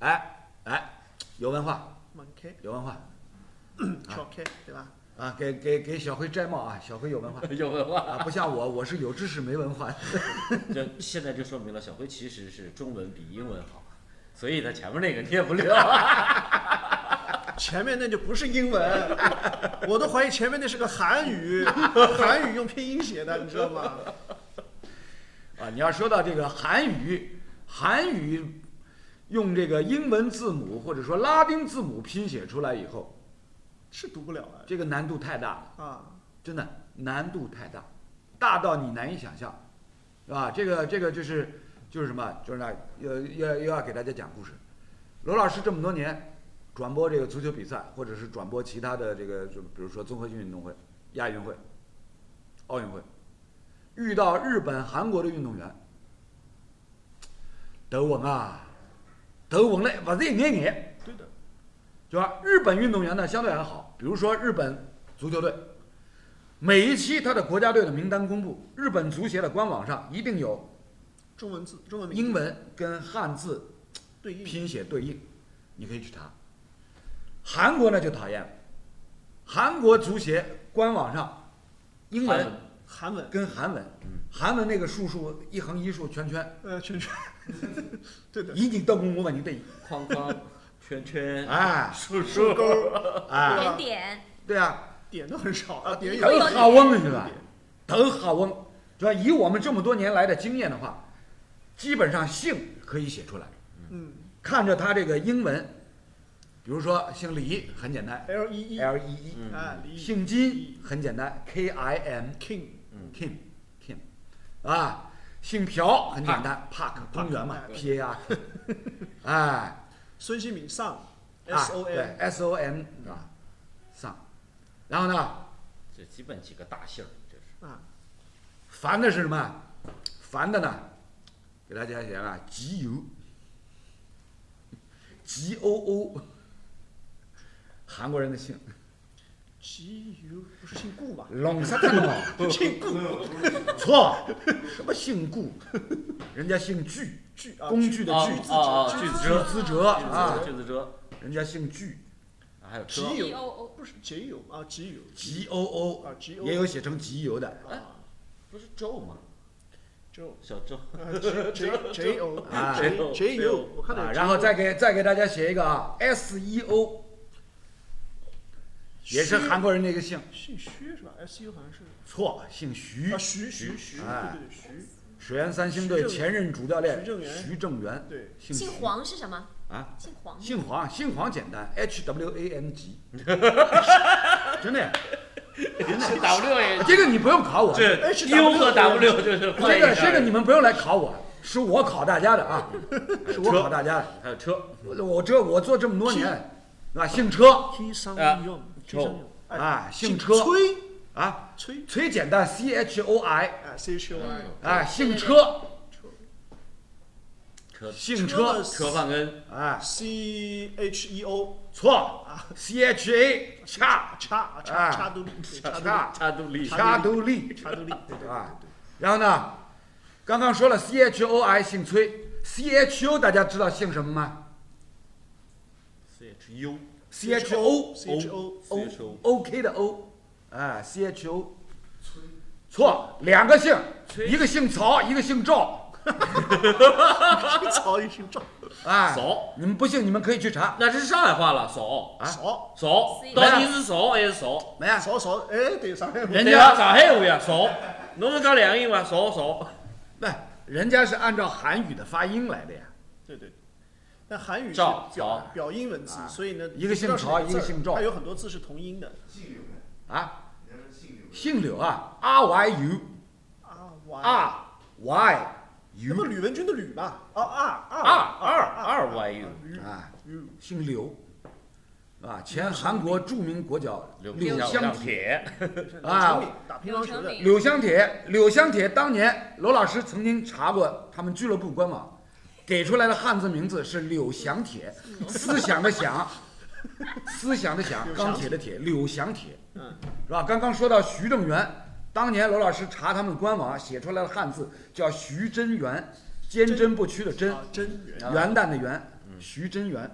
Speaker 1: 哎哎，有文化
Speaker 2: 门开，嗯
Speaker 1: 有文化
Speaker 2: 撬开，对吧？
Speaker 1: 啊！给给给小辉摘帽啊，小辉有文化
Speaker 3: 有文化，
Speaker 1: 啊，不像我，我是有知识没文化。
Speaker 3: 这现在就说明了小辉其实是中文比英文好，所以他前面那个念不了。
Speaker 2: 前面那就不是英文， [laughs] 我都怀疑前面那是个韩
Speaker 1: [laughs]
Speaker 2: 语，韩语用拼音写的，你知道吗？
Speaker 1: 啊，你要说到这个韩语，韩语用这个英文字母或者说拉丁字母拼写出来以后，
Speaker 2: 是读不了啊。
Speaker 1: 这个难度太大了。
Speaker 2: 啊，
Speaker 1: 真的难度太大，大到你难以想象，是吧？这个这个就是就是什么，就是那要要又要给大家讲故事。罗老师这么多年转播这个足球比赛，或者是转播其他的这个，就比如说综合性运动会、亚运会、奥运会，遇到日本、韩国的运动员，头稳啊，头稳嘞，不是一眼眼。
Speaker 2: 对的，
Speaker 1: 对吧？日本运动员呢相对还好，比如说日本足球队，每一期他的国家队的名单公布，日本足协的官网上一定有
Speaker 2: 中文字，中文名字
Speaker 1: 英文跟汉字
Speaker 2: 对应。
Speaker 1: 拼写对应，你可以去查。韩国呢就讨厌了，韩国足协官网上英
Speaker 3: 韩
Speaker 1: 文
Speaker 3: 文
Speaker 2: 韩文，
Speaker 1: 跟韩文
Speaker 3: 嗯，
Speaker 1: 韩文那个数数一横一竖圈圈，
Speaker 2: 呃，
Speaker 1: [laughs]
Speaker 2: 圈圈，对的，
Speaker 1: 一定到公我问你对，
Speaker 3: 框框、圈圈、
Speaker 1: 哎
Speaker 3: 竖竖
Speaker 2: 勾儿
Speaker 1: 哎，
Speaker 4: 点点，
Speaker 1: 对啊，
Speaker 2: 点都很少啊，点
Speaker 1: 等
Speaker 2: 有
Speaker 4: 有
Speaker 1: 好翁是吧
Speaker 2: 点？
Speaker 1: 等好翁，主要以我们这么多年来的经验的话，基本上姓可以写出来，
Speaker 2: 嗯
Speaker 1: 看着他这个英文，比如说姓李很简单
Speaker 2: ，L E E，
Speaker 1: ，L E E，
Speaker 3: 嗯
Speaker 2: 哎，李
Speaker 1: 姓金很简单，K I M
Speaker 2: King，
Speaker 1: Kim Kim，啊，姓朴很简单，Park 公园嘛
Speaker 2: Park，
Speaker 1: ，P A R，哎，
Speaker 2: 孙兴敏上
Speaker 1: 啊
Speaker 2: ，S O
Speaker 1: 对
Speaker 2: N，
Speaker 1: S O N 啊，上，然后呢，
Speaker 3: 这基本几个大姓儿，这是
Speaker 2: 啊，
Speaker 1: 烦的是什么？烦的呢，给大家写啊，集邮，G O O，韩国人的姓，
Speaker 2: 吉友不是姓顾吧？
Speaker 1: 龙沙滩哦。
Speaker 2: 姓顾
Speaker 1: 错，什么姓顾？人家姓具，
Speaker 2: 具啊，
Speaker 1: 工具的
Speaker 3: 啊
Speaker 1: 具，
Speaker 3: 啊啊
Speaker 1: 具
Speaker 3: 具
Speaker 1: 字
Speaker 3: 字
Speaker 1: 者
Speaker 3: 者
Speaker 1: 字者啊，
Speaker 3: 句子哲，
Speaker 1: 人家姓具
Speaker 3: 啊还有
Speaker 2: 只
Speaker 3: 车，
Speaker 2: 有
Speaker 4: G O O，
Speaker 2: 不是吉友啊，吉友
Speaker 1: ，G O O，
Speaker 2: 啊，G O
Speaker 1: 也有写成集邮的
Speaker 2: 啊
Speaker 3: 不是周吗？
Speaker 2: ，Joe
Speaker 3: 小周，
Speaker 2: 啊，J
Speaker 1: [laughs]
Speaker 2: J J O
Speaker 1: 啊
Speaker 2: J J
Speaker 3: J-O，
Speaker 2: U，我看到
Speaker 1: 啊，
Speaker 2: 有
Speaker 1: 然后再给再给大家写一个啊，S E O，也是韩国人的一个姓，
Speaker 2: 姓薛是吧？S U 好像是
Speaker 1: 错，姓徐
Speaker 2: 啊，，徐徐徐，
Speaker 1: 哎
Speaker 2: 对对对，徐，
Speaker 1: 水原三星队
Speaker 2: 徐正元
Speaker 1: 前任主教练
Speaker 2: 徐正元
Speaker 1: 徐正元，
Speaker 2: 对，
Speaker 1: 姓
Speaker 4: 姓
Speaker 1: 徐
Speaker 4: 黄是什么？
Speaker 3: 啊，
Speaker 4: 姓黄，
Speaker 1: 姓黄，姓黄简单，H W A N
Speaker 2: [laughs]
Speaker 1: G，真的，
Speaker 3: [laughs] W 也
Speaker 1: 这个你不用考我，
Speaker 3: 这 U 和 W 就是换
Speaker 1: 这
Speaker 3: 一
Speaker 1: 个
Speaker 3: 下
Speaker 1: 这个你们不用来考我，是我考大家的
Speaker 2: [laughs]
Speaker 1: 啊，是我考大家的。
Speaker 3: 还有车，
Speaker 1: 我我这我做这么多年，啊，姓车
Speaker 2: He Sang
Speaker 3: 啊
Speaker 2: Yong，
Speaker 3: Joe
Speaker 2: 哎，
Speaker 1: 啊，姓
Speaker 2: 姓
Speaker 1: 车
Speaker 2: 崔
Speaker 1: 啊，
Speaker 2: 崔
Speaker 1: 崔简单 C H O I
Speaker 2: 啊，C H O I，
Speaker 1: 啊，
Speaker 4: 对
Speaker 1: 姓
Speaker 4: 对
Speaker 1: 车
Speaker 3: 车
Speaker 1: 姓
Speaker 2: 车
Speaker 1: 车
Speaker 2: 的
Speaker 3: 车范根
Speaker 1: 啊，
Speaker 2: C H E O
Speaker 1: 错
Speaker 2: 啊
Speaker 1: C H A 恰
Speaker 2: 叉
Speaker 1: 啊
Speaker 2: 叉叉都利，对叉都利
Speaker 1: 恰
Speaker 3: 查杜利，
Speaker 1: 恰都利，
Speaker 2: 叉都利，对对对
Speaker 1: 啊
Speaker 2: 对
Speaker 1: 然后呢，刚刚说了 C H O I 姓崔，C H O 大家知道姓什么吗
Speaker 3: C H U
Speaker 1: ？C H O
Speaker 2: C H [laughs] O
Speaker 1: O
Speaker 3: C H O
Speaker 1: O K 的 O，啊，C H O，错，两个姓，
Speaker 3: 崔
Speaker 1: 一个姓曹，一个姓赵，
Speaker 2: 对，曹一姓赵，
Speaker 1: 哎，
Speaker 3: 曹，
Speaker 1: 你们不信，你们可以去查，
Speaker 3: 那这是上海话了，扫
Speaker 1: 啊
Speaker 2: 曹
Speaker 3: 扫，
Speaker 4: 是
Speaker 3: 到底是扫还是扫？
Speaker 1: 没啊，
Speaker 2: 曹曹，哎，对，上海话
Speaker 1: 人
Speaker 3: 对
Speaker 1: 家
Speaker 3: 啊上海话呀，扫，侬是讲两个音伐？扫扫，
Speaker 1: 不，人家是按照韩语的发音来的呀，
Speaker 2: 对对。但韩语是
Speaker 3: 赵
Speaker 2: 表
Speaker 3: 曹
Speaker 2: 表音文字，所以呢，
Speaker 1: 啊一个姓
Speaker 2: 不知道是
Speaker 1: 曹
Speaker 2: 哪
Speaker 1: 一个
Speaker 2: 字儿
Speaker 1: 姓赵
Speaker 2: 它有很多字是同音的。
Speaker 1: 啊，
Speaker 5: 人家是姓刘的，
Speaker 1: 姓柳啊，R Y U
Speaker 2: 啊哇，
Speaker 1: R Y
Speaker 2: 那么
Speaker 1: U
Speaker 2: 吕文君的吕吧？啊啊
Speaker 3: 二
Speaker 2: 啊
Speaker 3: 二二 Y U，
Speaker 2: 吕
Speaker 1: 啊，
Speaker 2: 吕
Speaker 1: 姓柳，啊，前韩国著名国脚柳湘
Speaker 3: 湘
Speaker 1: 铁。
Speaker 3: 铁，
Speaker 1: 啊
Speaker 2: 柳成敏打乒乓球的
Speaker 4: 柳成敏
Speaker 1: 柳湘铁，柳湘铁当年罗老师曾经查过他们俱乐部官网，给出来的汉字名字是柳翔铁，思想的想，思想的想，
Speaker 2: 嗯柳翔
Speaker 1: 钢铁的铁，柳翔铁，
Speaker 2: 嗯，
Speaker 1: 是吧？刚刚说到徐正元，当年罗老师查他们官网写出来的汉字叫徐真元，坚贞不屈的贞，
Speaker 2: 啊，真元
Speaker 1: 元旦的元，徐真元，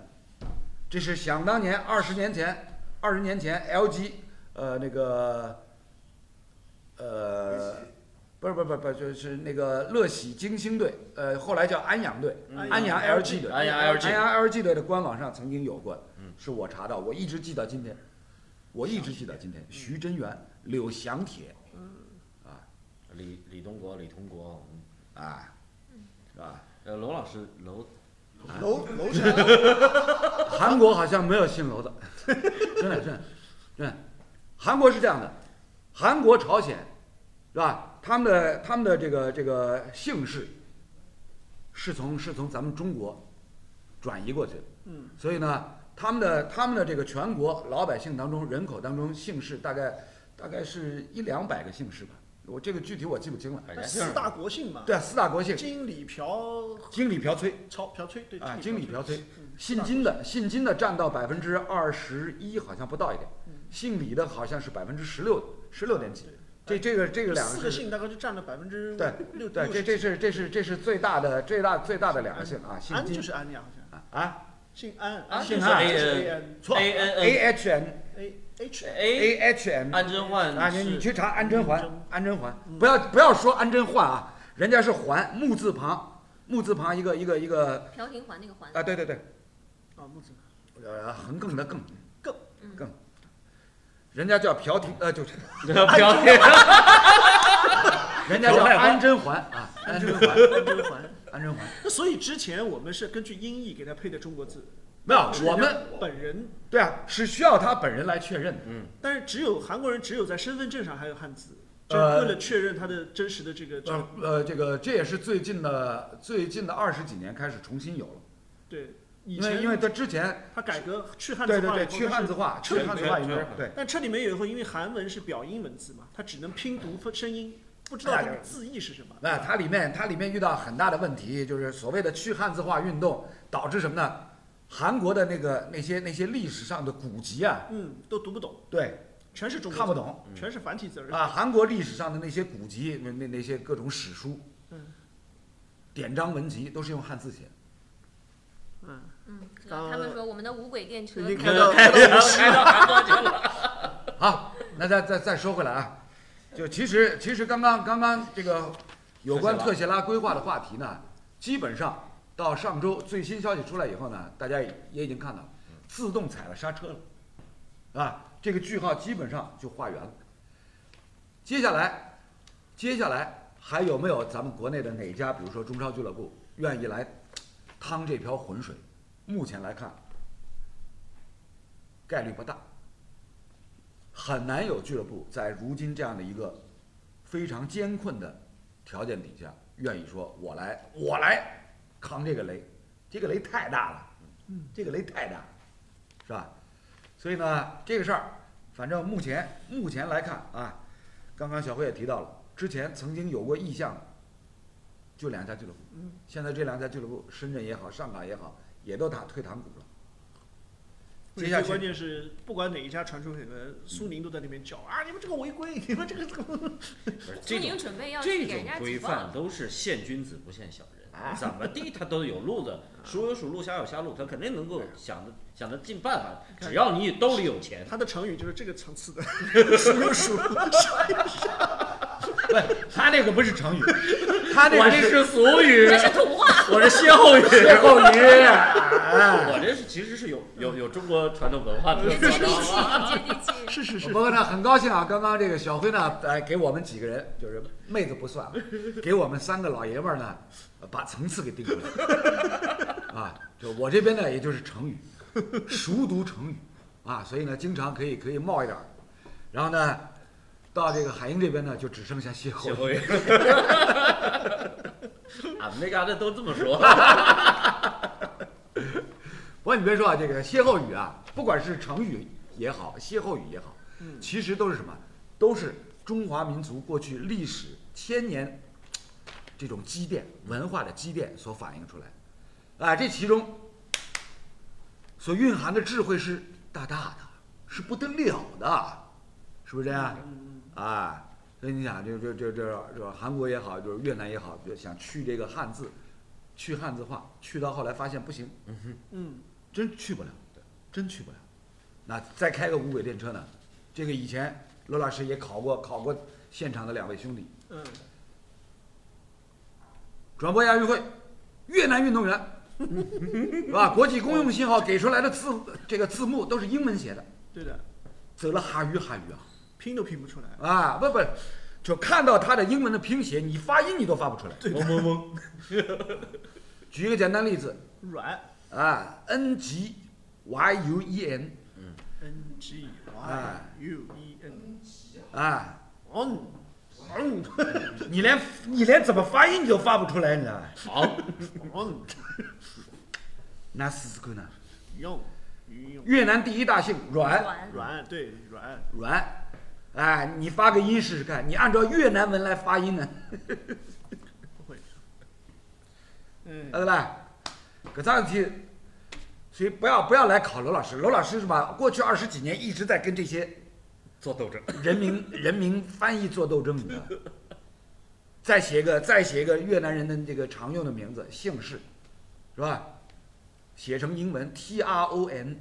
Speaker 1: 这是想当年二十年前，二十年前 LG 呃那个呃
Speaker 5: 围棋
Speaker 1: 不是不是不是不是就是那个乐喜精星队，呃后来叫安阳队，
Speaker 2: 嗯
Speaker 1: 安阳
Speaker 2: 安阳
Speaker 1: LG 队，
Speaker 3: 安阳 LG
Speaker 1: 安阳 LG 队的官网上曾经有过，是我查到，我一直记到今天，我一直记到今天，徐真元、柳翔铁
Speaker 3: 李李东国，李同国，嗯
Speaker 1: 啊，是吧？
Speaker 3: 呃，罗老师，楼
Speaker 2: 楼
Speaker 1: [laughs]
Speaker 2: 楼上
Speaker 1: 韩国好像没有姓楼的， [laughs] 真的真的真的，韩国是这样的，韩国、朝鲜，是吧？他们的他们的这个这个姓氏，是从是从咱们中国转移过去的，
Speaker 2: 嗯，
Speaker 1: 所以呢，他们的他们的这个全国老百姓当中人口当中姓氏大概大概是一两百个姓氏吧，我这个具体我记不清了。
Speaker 3: 百
Speaker 2: 那
Speaker 3: 家
Speaker 2: 四
Speaker 3: 姓，
Speaker 2: 大国姓嘛，
Speaker 1: 对啊，四大国姓，
Speaker 2: 金李朴
Speaker 1: 经理朴崔
Speaker 2: 曹朴崔对
Speaker 1: 啊，
Speaker 2: 金
Speaker 1: 经理朴崔。
Speaker 2: 嗯
Speaker 1: 姓金的，姓金的占到百分之二十一，好像不到一点
Speaker 2: 嗯；
Speaker 1: 姓李的好像是百分之十六，十六点几。这
Speaker 2: 对
Speaker 1: 这个这个
Speaker 2: 这
Speaker 1: 两
Speaker 2: 四
Speaker 1: 个
Speaker 2: 个
Speaker 1: 是，
Speaker 2: 姓大概就占了百分之
Speaker 1: 对
Speaker 2: 六
Speaker 1: 对，这这是这是这是最大的最大最大的两个姓啊，姓
Speaker 2: 安
Speaker 1: 金
Speaker 2: 就是安阳好像
Speaker 1: 啊，
Speaker 2: 姓安，
Speaker 3: 安
Speaker 2: 姓
Speaker 1: 就是
Speaker 2: 安
Speaker 1: A-
Speaker 2: 就是 A N
Speaker 3: 错 A N
Speaker 1: A
Speaker 3: N
Speaker 1: H N
Speaker 2: A H
Speaker 3: A
Speaker 1: A H N
Speaker 3: 安贞焕
Speaker 1: 啊，你你
Speaker 3: 是
Speaker 1: 去查安贞
Speaker 2: 安
Speaker 1: 环
Speaker 2: 贞，
Speaker 1: 安贞环，嗯不要不要说安贞焕啊，人家是环木字旁，木字旁一个一个一个
Speaker 4: 朴廷桓那个桓，
Speaker 1: 啊，对对对，
Speaker 2: 啊木子
Speaker 1: 呃，横亘的亘，
Speaker 4: 嗯
Speaker 1: 更人家叫朴廷，呃，就是
Speaker 3: 朴廷
Speaker 1: 人家叫安贞环啊，安贞 [laughs] 环，
Speaker 2: 安贞环。
Speaker 1: 安贞环，
Speaker 2: [laughs] 那所以之前我们是根据音译给他配的中国字，
Speaker 1: 没有
Speaker 2: 是，
Speaker 1: 啊我
Speaker 2: 人家
Speaker 1: 们
Speaker 2: 本人，
Speaker 1: 对啊，是需要他本人来确认的。
Speaker 2: 但是只有韩国人只有在身份证上还有汉字，这
Speaker 1: 呃
Speaker 2: 为了确认他的真实的这个这
Speaker 1: 呃
Speaker 2: 个
Speaker 1: 呃，这个这也是最近的最近的二十几年开始重新有了，
Speaker 2: 对。以
Speaker 1: 因为
Speaker 2: 前
Speaker 1: 因为他之前
Speaker 2: 他改革去汉字
Speaker 1: 对对
Speaker 2: 化
Speaker 1: 对
Speaker 2: 以后，
Speaker 1: 去汉字化，
Speaker 2: 彻
Speaker 1: 去
Speaker 2: 底
Speaker 1: 汉字化以后
Speaker 3: 全全，
Speaker 1: 对
Speaker 2: 但彻底没有以后，因为韩文是表音文字嘛，它只能拼读分声音，不知道它的字义是什么。
Speaker 1: 那它里面它里面遇到很大的问题，就是所谓的去汉字化运动导致什么呢？韩国的那个那些那些历史上的古籍啊，
Speaker 2: 嗯，都读不懂，
Speaker 1: 对，
Speaker 2: 全是中国字
Speaker 1: 看不，懂
Speaker 2: 全是繁体字儿。
Speaker 1: 啊。韩国历史上的那些古籍，那那那些各种史书、
Speaker 2: 嗯
Speaker 1: 典章文集都是用汉字写的。
Speaker 2: 嗯，
Speaker 4: 嗯，知
Speaker 2: 刚
Speaker 4: 道他们说我们的无轨电车，
Speaker 2: 你
Speaker 3: 开
Speaker 2: 看
Speaker 3: 到
Speaker 2: 到
Speaker 3: 开 [laughs] 到韩国去了，
Speaker 1: 好，啊那再再再说回来啊，就其实其实刚刚刚刚这个有关特谢拉规划的话题呢，基本上到上周最新消息出来以后呢，大家也也已经看到，自动踩了刹车了，啊，这个句号基本上就画圆了。接下来，接下来还有没有咱们国内的哪家，比如说中超俱乐部愿意来趟这瓢浑水？目前来看，概率不大。很难有俱乐部在如今这样的一个非常艰困的条件底下，愿意说我来我来扛这个雷，这个雷太大了，这个雷太大了，是吧？所以呢，这个事儿，反正目前目前来看啊，刚刚小辉也提到了，之前曾经有过意向，就两家俱乐部，现在这两家俱乐部，深圳也好，上海也好，也都打退堂鼓了。接下
Speaker 2: 最
Speaker 1: 去
Speaker 2: 关键是不管哪一家传出绯闻，苏宁都在那边
Speaker 1: 嗯
Speaker 2: 叫啊，你们这个违规，你们这个这个，
Speaker 3: 不是
Speaker 4: 苏
Speaker 3: 这种
Speaker 4: 宁准备要
Speaker 3: 这
Speaker 4: 去给
Speaker 3: 种
Speaker 4: 人家举
Speaker 3: 规
Speaker 4: 报
Speaker 3: 范
Speaker 4: 了。
Speaker 3: 都是陷君子不陷小
Speaker 1: 啊
Speaker 3: 人，怎么地他都有路子，鼠有鼠路，虾有虾路，他肯定能够想的想的尽办法，只要你兜里有钱
Speaker 2: 他的成语就是这个层次的，
Speaker 1: 不， [laughs] 他那个不是成语， [laughs] 他那
Speaker 3: 我
Speaker 1: 个
Speaker 3: 这是俗语，
Speaker 4: 这是土话，
Speaker 3: 我是歇后语，
Speaker 1: 歇后语，哎
Speaker 3: 我这是其实是有有有中国传统文化
Speaker 4: [laughs]
Speaker 3: 特
Speaker 4: 接
Speaker 3: 色
Speaker 4: 地
Speaker 3: 的啊。
Speaker 4: 气，接地
Speaker 1: 嗯
Speaker 4: 气。
Speaker 2: 是是是
Speaker 1: 不，过呢，很高兴啊，刚刚这个小辉呢，哎，给我们几个人，就是妹子不算啊，给我们三个老爷们儿呢，把层次给定出来了。啊，就我这边呢，也就是成语，熟读成语，啊，所以呢，经常可以可以冒一点儿。然后呢，到这个海英这边呢，就只剩下歇后
Speaker 3: 歇
Speaker 1: 语。
Speaker 3: 后
Speaker 4: [laughs]
Speaker 3: 语，俺们那嘎达都这么说。
Speaker 1: 不过你别说啊，这个歇后语啊，不管是成语也好，歇后语也好，其实都是什么？都是中华民族过去历史千年这种积淀、文化的积淀所反映出来的。啊，这其中所蕴含的智慧是大大的，是不得了的，是不是这样？啊，所以你想，这这这这这韩国也好，就是越南也好，就想去这个汉字，去汉字化，去到后来发现不行，
Speaker 2: 嗯，
Speaker 1: 真去不了，真去不了。那再开个无轨电车呢？这个以前罗老师也考过，考过现场的两位兄弟。
Speaker 2: 嗯，
Speaker 1: 转播亚运会，越南运动员， [laughs] 是吧？国际公用信号给出来的字，这个字幕都是英文写的，
Speaker 2: 对的，
Speaker 1: 走了哈语哈语啊
Speaker 2: 拼都拼不出来。
Speaker 1: 啊！不不，就看到他的英文的拼写，你发音你都发不出来。
Speaker 3: 嗡嗡嗡，
Speaker 1: 举一个简单例子
Speaker 2: 软
Speaker 1: 啊，n g y u e n
Speaker 2: N G
Speaker 1: 哎
Speaker 2: Y U E N
Speaker 1: 啊，
Speaker 2: on on
Speaker 1: 你连你连怎么发音你都发不出来，你知道吗？
Speaker 3: 好，
Speaker 2: on
Speaker 1: 那斯斯库呢？
Speaker 2: 用用
Speaker 1: 越南第一大姓阮
Speaker 4: 软 [laughs]
Speaker 2: 软对软
Speaker 1: 阮，哎，你发个音试试看，你按照越南文来发音呢，
Speaker 2: 不会。嗯
Speaker 1: 对不对？搿桩事体，所以不要不要来考罗老师，罗老师是吧？过去二十几年一直在跟这些
Speaker 3: 做斗争。
Speaker 1: 人民 [laughs] 人民翻译做斗争，你知道吗？再写一个再写一个越南人的这个常用的名字姓氏，是吧？写成英文 T R O N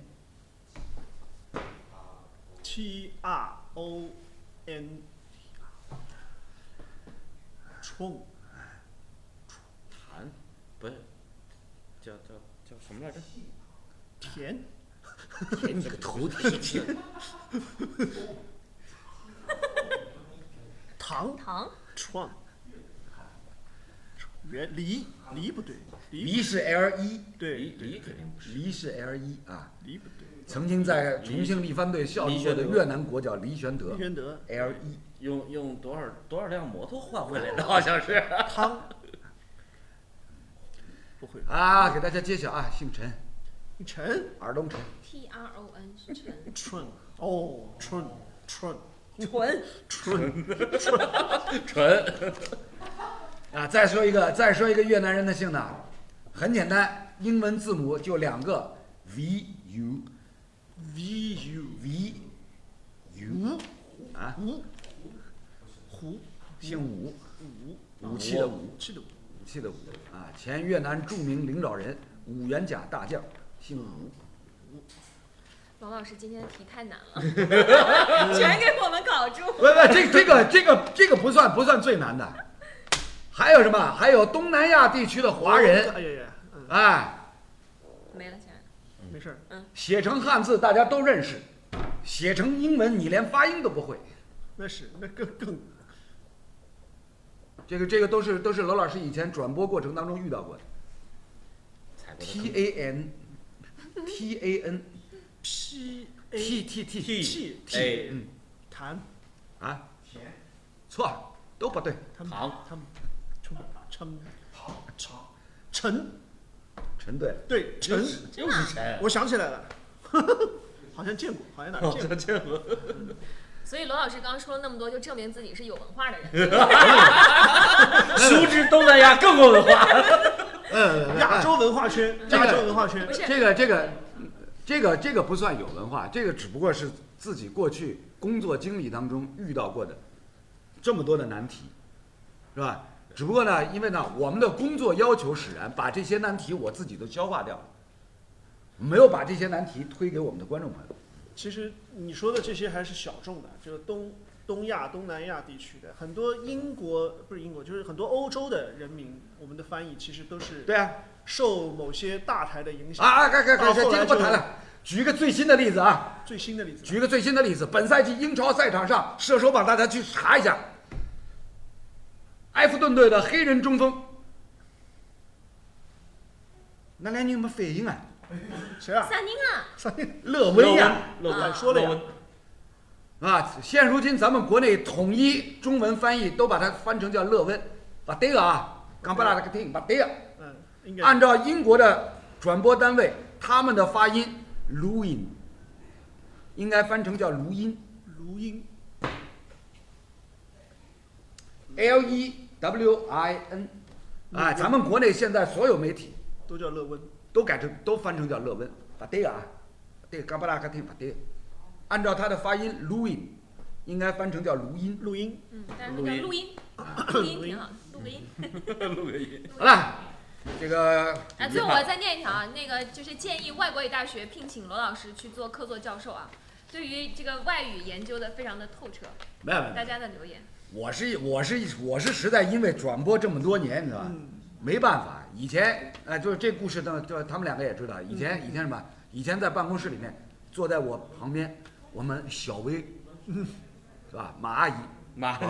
Speaker 2: T R O N Tron
Speaker 3: 谈，不是，叫叫叫什么来着？
Speaker 2: 田
Speaker 1: 舔你个头皮筋！
Speaker 3: [laughs]
Speaker 2: 唐
Speaker 4: 糖
Speaker 2: Tron 原离离不对，离
Speaker 1: 梨是 L 一，
Speaker 2: 对
Speaker 3: 离
Speaker 2: 对
Speaker 3: 离肯定不是。
Speaker 1: 梨是 L 一啊。
Speaker 2: 离不对，
Speaker 1: 曾经在重庆力帆队效力过的越南国脚黎玄德
Speaker 2: 李玄德
Speaker 1: L E 一，
Speaker 3: 用用多少多少辆摩托换回来的，好像是。
Speaker 2: 汤不会
Speaker 1: 啊，给大家揭晓啊，姓陈，
Speaker 2: 陈
Speaker 1: 尔东陈，
Speaker 4: T R O N 是
Speaker 2: [laughs]
Speaker 4: 陈
Speaker 2: Tron 哦 Tron Tron
Speaker 4: 纯
Speaker 2: Tron
Speaker 3: [laughs] 纯
Speaker 1: 啊，再说一个，再说一个越南人的姓呢，很简单，英文字母就两个 V U
Speaker 2: V U
Speaker 1: V U
Speaker 2: 吴
Speaker 1: 啊，
Speaker 2: 吴胡
Speaker 1: 姓武，
Speaker 2: 武
Speaker 1: 武器的武
Speaker 2: 武器的武
Speaker 1: 武器的武啊，前越南著名领导人武元甲大将，姓武。
Speaker 4: 王老师今天的题太难了， [laughs] 全给我们搞住。
Speaker 1: 不不，这这个这个这个不算不算最难的，还有什么？还有东南亚地区的华人，
Speaker 2: 哎呀呀嗯
Speaker 1: 哎，
Speaker 4: 没了，亲爱的，
Speaker 2: 没事儿
Speaker 1: 写成汉字大家都认识，写成英文你连发音都不会。
Speaker 2: 那是那更更
Speaker 1: 这个这个都是都是罗老师以前转播过程当中遇到过的。
Speaker 3: 踩过的
Speaker 1: T A N T A N
Speaker 2: P A
Speaker 1: T T T
Speaker 3: T
Speaker 2: T
Speaker 3: A
Speaker 1: 嗯
Speaker 2: 谈
Speaker 1: 啊，错，都不对，
Speaker 2: 他们
Speaker 3: 唐
Speaker 2: 他们冲冲冲陈
Speaker 1: 陈对了。
Speaker 2: 对陈，
Speaker 3: 就是陈。
Speaker 2: 我想起来了， [laughs] 好像见过，好像哪儿见过。
Speaker 3: 这我
Speaker 4: 所以罗老师刚刚说了那么多，就证明自己是有文化的人。
Speaker 3: 熟知东南亚各国文化。
Speaker 1: 嗯，
Speaker 2: 亚洲文化圈，
Speaker 1: 这个
Speaker 2: 亚洲文化圈
Speaker 4: 不，是
Speaker 1: 这个这个这个这个不算有文化，这个只不过是自己过去工作经历当中遇到过的这么多的难题，是吧？只不过呢，因为呢，我们的工作要求使然，把这些难题我自己都消化掉了，没有把这些难题推给我们的观众朋友。
Speaker 2: 其实你说的这些还是小众的，就是东东亚、东南亚地区的很多英国不是英国，就是很多欧洲的人民，我们的翻译其实都是
Speaker 1: 对啊，
Speaker 2: 受某些大台的影响
Speaker 1: 啊啊，该该该，
Speaker 2: 到
Speaker 1: 这
Speaker 2: 哦后来
Speaker 1: 个不谈
Speaker 2: 就
Speaker 1: 了。举一个最新的例子啊，
Speaker 2: 最新的例子，
Speaker 1: 举一个最新的例子，本赛季英超赛场上射手榜，大家去查一下。埃弗顿队的黑人中锋，那来你有没有反应 [laughs] 啊？
Speaker 2: 谁啊？
Speaker 4: 萨宁啊，
Speaker 1: 勒维亚
Speaker 3: 勒
Speaker 4: 啊
Speaker 3: 温
Speaker 2: 说了呀
Speaker 3: 勒温
Speaker 1: 啊，现如今咱们国内统一中文翻译都把它翻成叫勒温，把这个啊，刚巴拉那个听，把这个
Speaker 2: 嗯，应该
Speaker 1: 按照英国的转播单位他们的发音，卢音，应该翻成叫卢音
Speaker 2: 卢英
Speaker 1: ，L E W I N，啊，咱们国内现在所有媒体
Speaker 2: 都叫乐温，
Speaker 1: 都改成都翻成叫勒温，把这个啊，把这个嘎巴拉嘎听把这个，按照它的发音卢音，应该翻成叫卢音。
Speaker 2: 录音
Speaker 4: 嗯，但是那叫录音，录 [coughs] 音嗯挺好，录个音。
Speaker 3: 录个音。
Speaker 1: 好了，这个
Speaker 4: 哎，最后我再念一条啊，那个就是建议外国语大学聘请罗老师去做客座教授啊，对于这个外语研究的非常的透彻，
Speaker 1: 没有没有，
Speaker 4: 大家的留言。
Speaker 1: 我是我是我是实在因为转播这么多年，你知道吧？
Speaker 4: 嗯
Speaker 1: 没办法，以前哎，就是这故事呢，就他们两个也知
Speaker 4: 嗯
Speaker 1: 道。以前以前什么？以前在办公室里面，坐在我旁边，我们小薇，
Speaker 4: 嗯
Speaker 1: 是吧？马阿姨，啊
Speaker 3: 妈，
Speaker 1: 估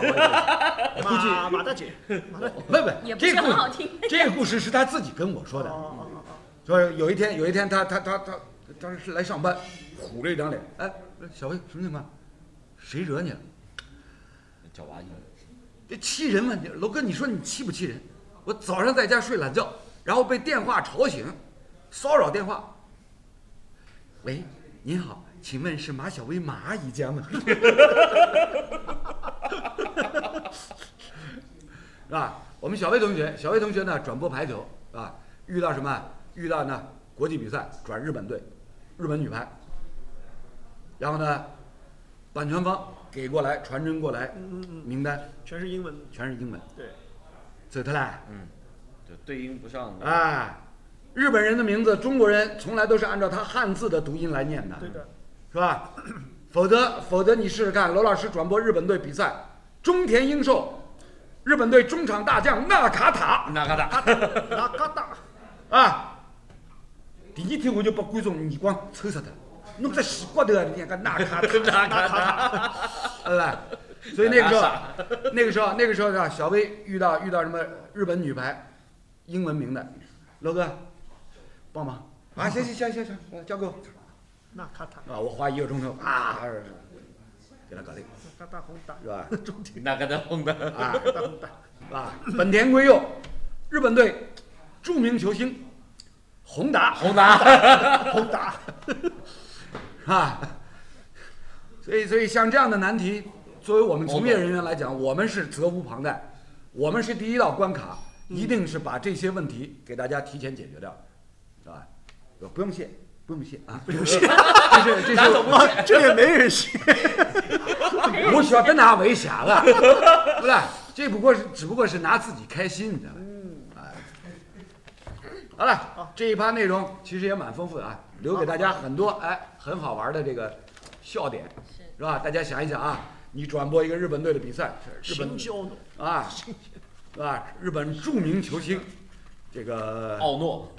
Speaker 1: 计
Speaker 2: 马马
Speaker 1: [laughs]
Speaker 2: 大姐，马大姐，
Speaker 1: 不不，
Speaker 4: [laughs] 也不
Speaker 1: 这
Speaker 4: 是
Speaker 1: 故
Speaker 4: 很好听
Speaker 1: [laughs] 这个故事是他自己跟我说的。
Speaker 2: 哦哦哦
Speaker 1: 说有一天，有一天他他他他当时来上班，虎着一张脸，哎，小薇什么情况？谁惹你了？
Speaker 3: 叫娃音。
Speaker 1: 这气人吗？你楼哥，你说你气不气人？我早上在家睡懒觉，然后被电话吵醒，骚扰电话。喂，您好，请问是马小薇马阿姨家吗？ [laughs] 是吧？我们小薇同学，小薇同学呢，转播排球啊，遇到什么？遇到呢国际比赛，转日本队，日本女排。然后呢，版权方给过来传真过来名单，
Speaker 2: 哦全是英文，嗯
Speaker 1: 全是英文，
Speaker 2: 对，
Speaker 1: 走特来，
Speaker 3: 就对应不上。
Speaker 1: 哎，日本人的名字，中国人从来都是按照他汉字的读音来念的，
Speaker 2: 对的，
Speaker 1: 是吧？ [coughs] 否则，否则你试试看，娄老师转播日本队比赛，中田英寿，日本队中场大将纳卡塔
Speaker 3: 那嘎达，
Speaker 2: 拉嘎达，
Speaker 1: 啊，第一天我就把观众耳光抽死他了，弄在西瓜头啊，你看个纳卡塔， [laughs] 纳卡塔，对吧？所以那个时候， [laughs] 那个时候，那个时候啊，小威遇到遇到什么日本女排，英文名的，楼哥，帮忙啊，行行行行行，呃交给我。
Speaker 2: 那卡塔，
Speaker 1: 啊，我花一个钟头啊，给他搞定，
Speaker 2: 那嘎达红达，
Speaker 1: 是 [laughs] 吧？
Speaker 2: 中田
Speaker 3: 那嘎达红的，
Speaker 1: 啊
Speaker 2: 嘎达红达，
Speaker 1: 啊，本田圭佑，日本队著名球星，宏达
Speaker 3: 红达，
Speaker 2: 红达，
Speaker 1: [laughs] 啊，所以所以像这样的难题，作为我们从业人员来讲，我们是责无旁贷，我们是第一道关卡，一定是把这些问题给大家提前解决掉，是吧？不用谢，不用谢啊，不用谢， [laughs] 这是这是
Speaker 3: 咱总不
Speaker 2: 哇，啊这也没人信，
Speaker 1: [laughs] 我晓得哪为啥了，不是？这不过是只不过是拿自己开心，你知道吧？哎，好了，这一趴内容其实也蛮丰富的啊，留给大家很多哎很好玩的这个笑点，
Speaker 4: 是
Speaker 1: 是吧？大家想一想啊，你转播一个日本队的比赛，日本
Speaker 2: 新交诺，
Speaker 1: 啊，是吧？日本著名球星，这个
Speaker 3: 奥诺，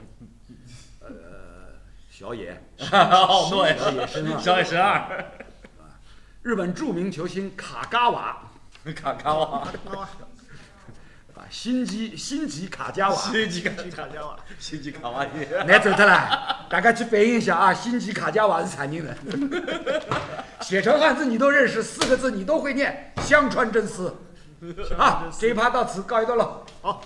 Speaker 1: 小野，
Speaker 3: 奥诺呀
Speaker 1: 小野伸二，
Speaker 3: 小野十二，
Speaker 1: 日本著名球星卡嘎瓦
Speaker 3: 卡卡瓦，
Speaker 2: 哇， [laughs]
Speaker 1: 啊，新吉新吉卡加瓦。
Speaker 3: 新吉卡
Speaker 2: 吉卡加瓦，
Speaker 3: 新吉卡瓦耶。
Speaker 1: [laughs] 难走脱了，大家去反映一下啊！辛吉卡加瓦是啥人 [laughs] 呢？写成汉字你都认识，四个字你都会念，香川真司。啊，这一趴到此告一段落。
Speaker 2: 好。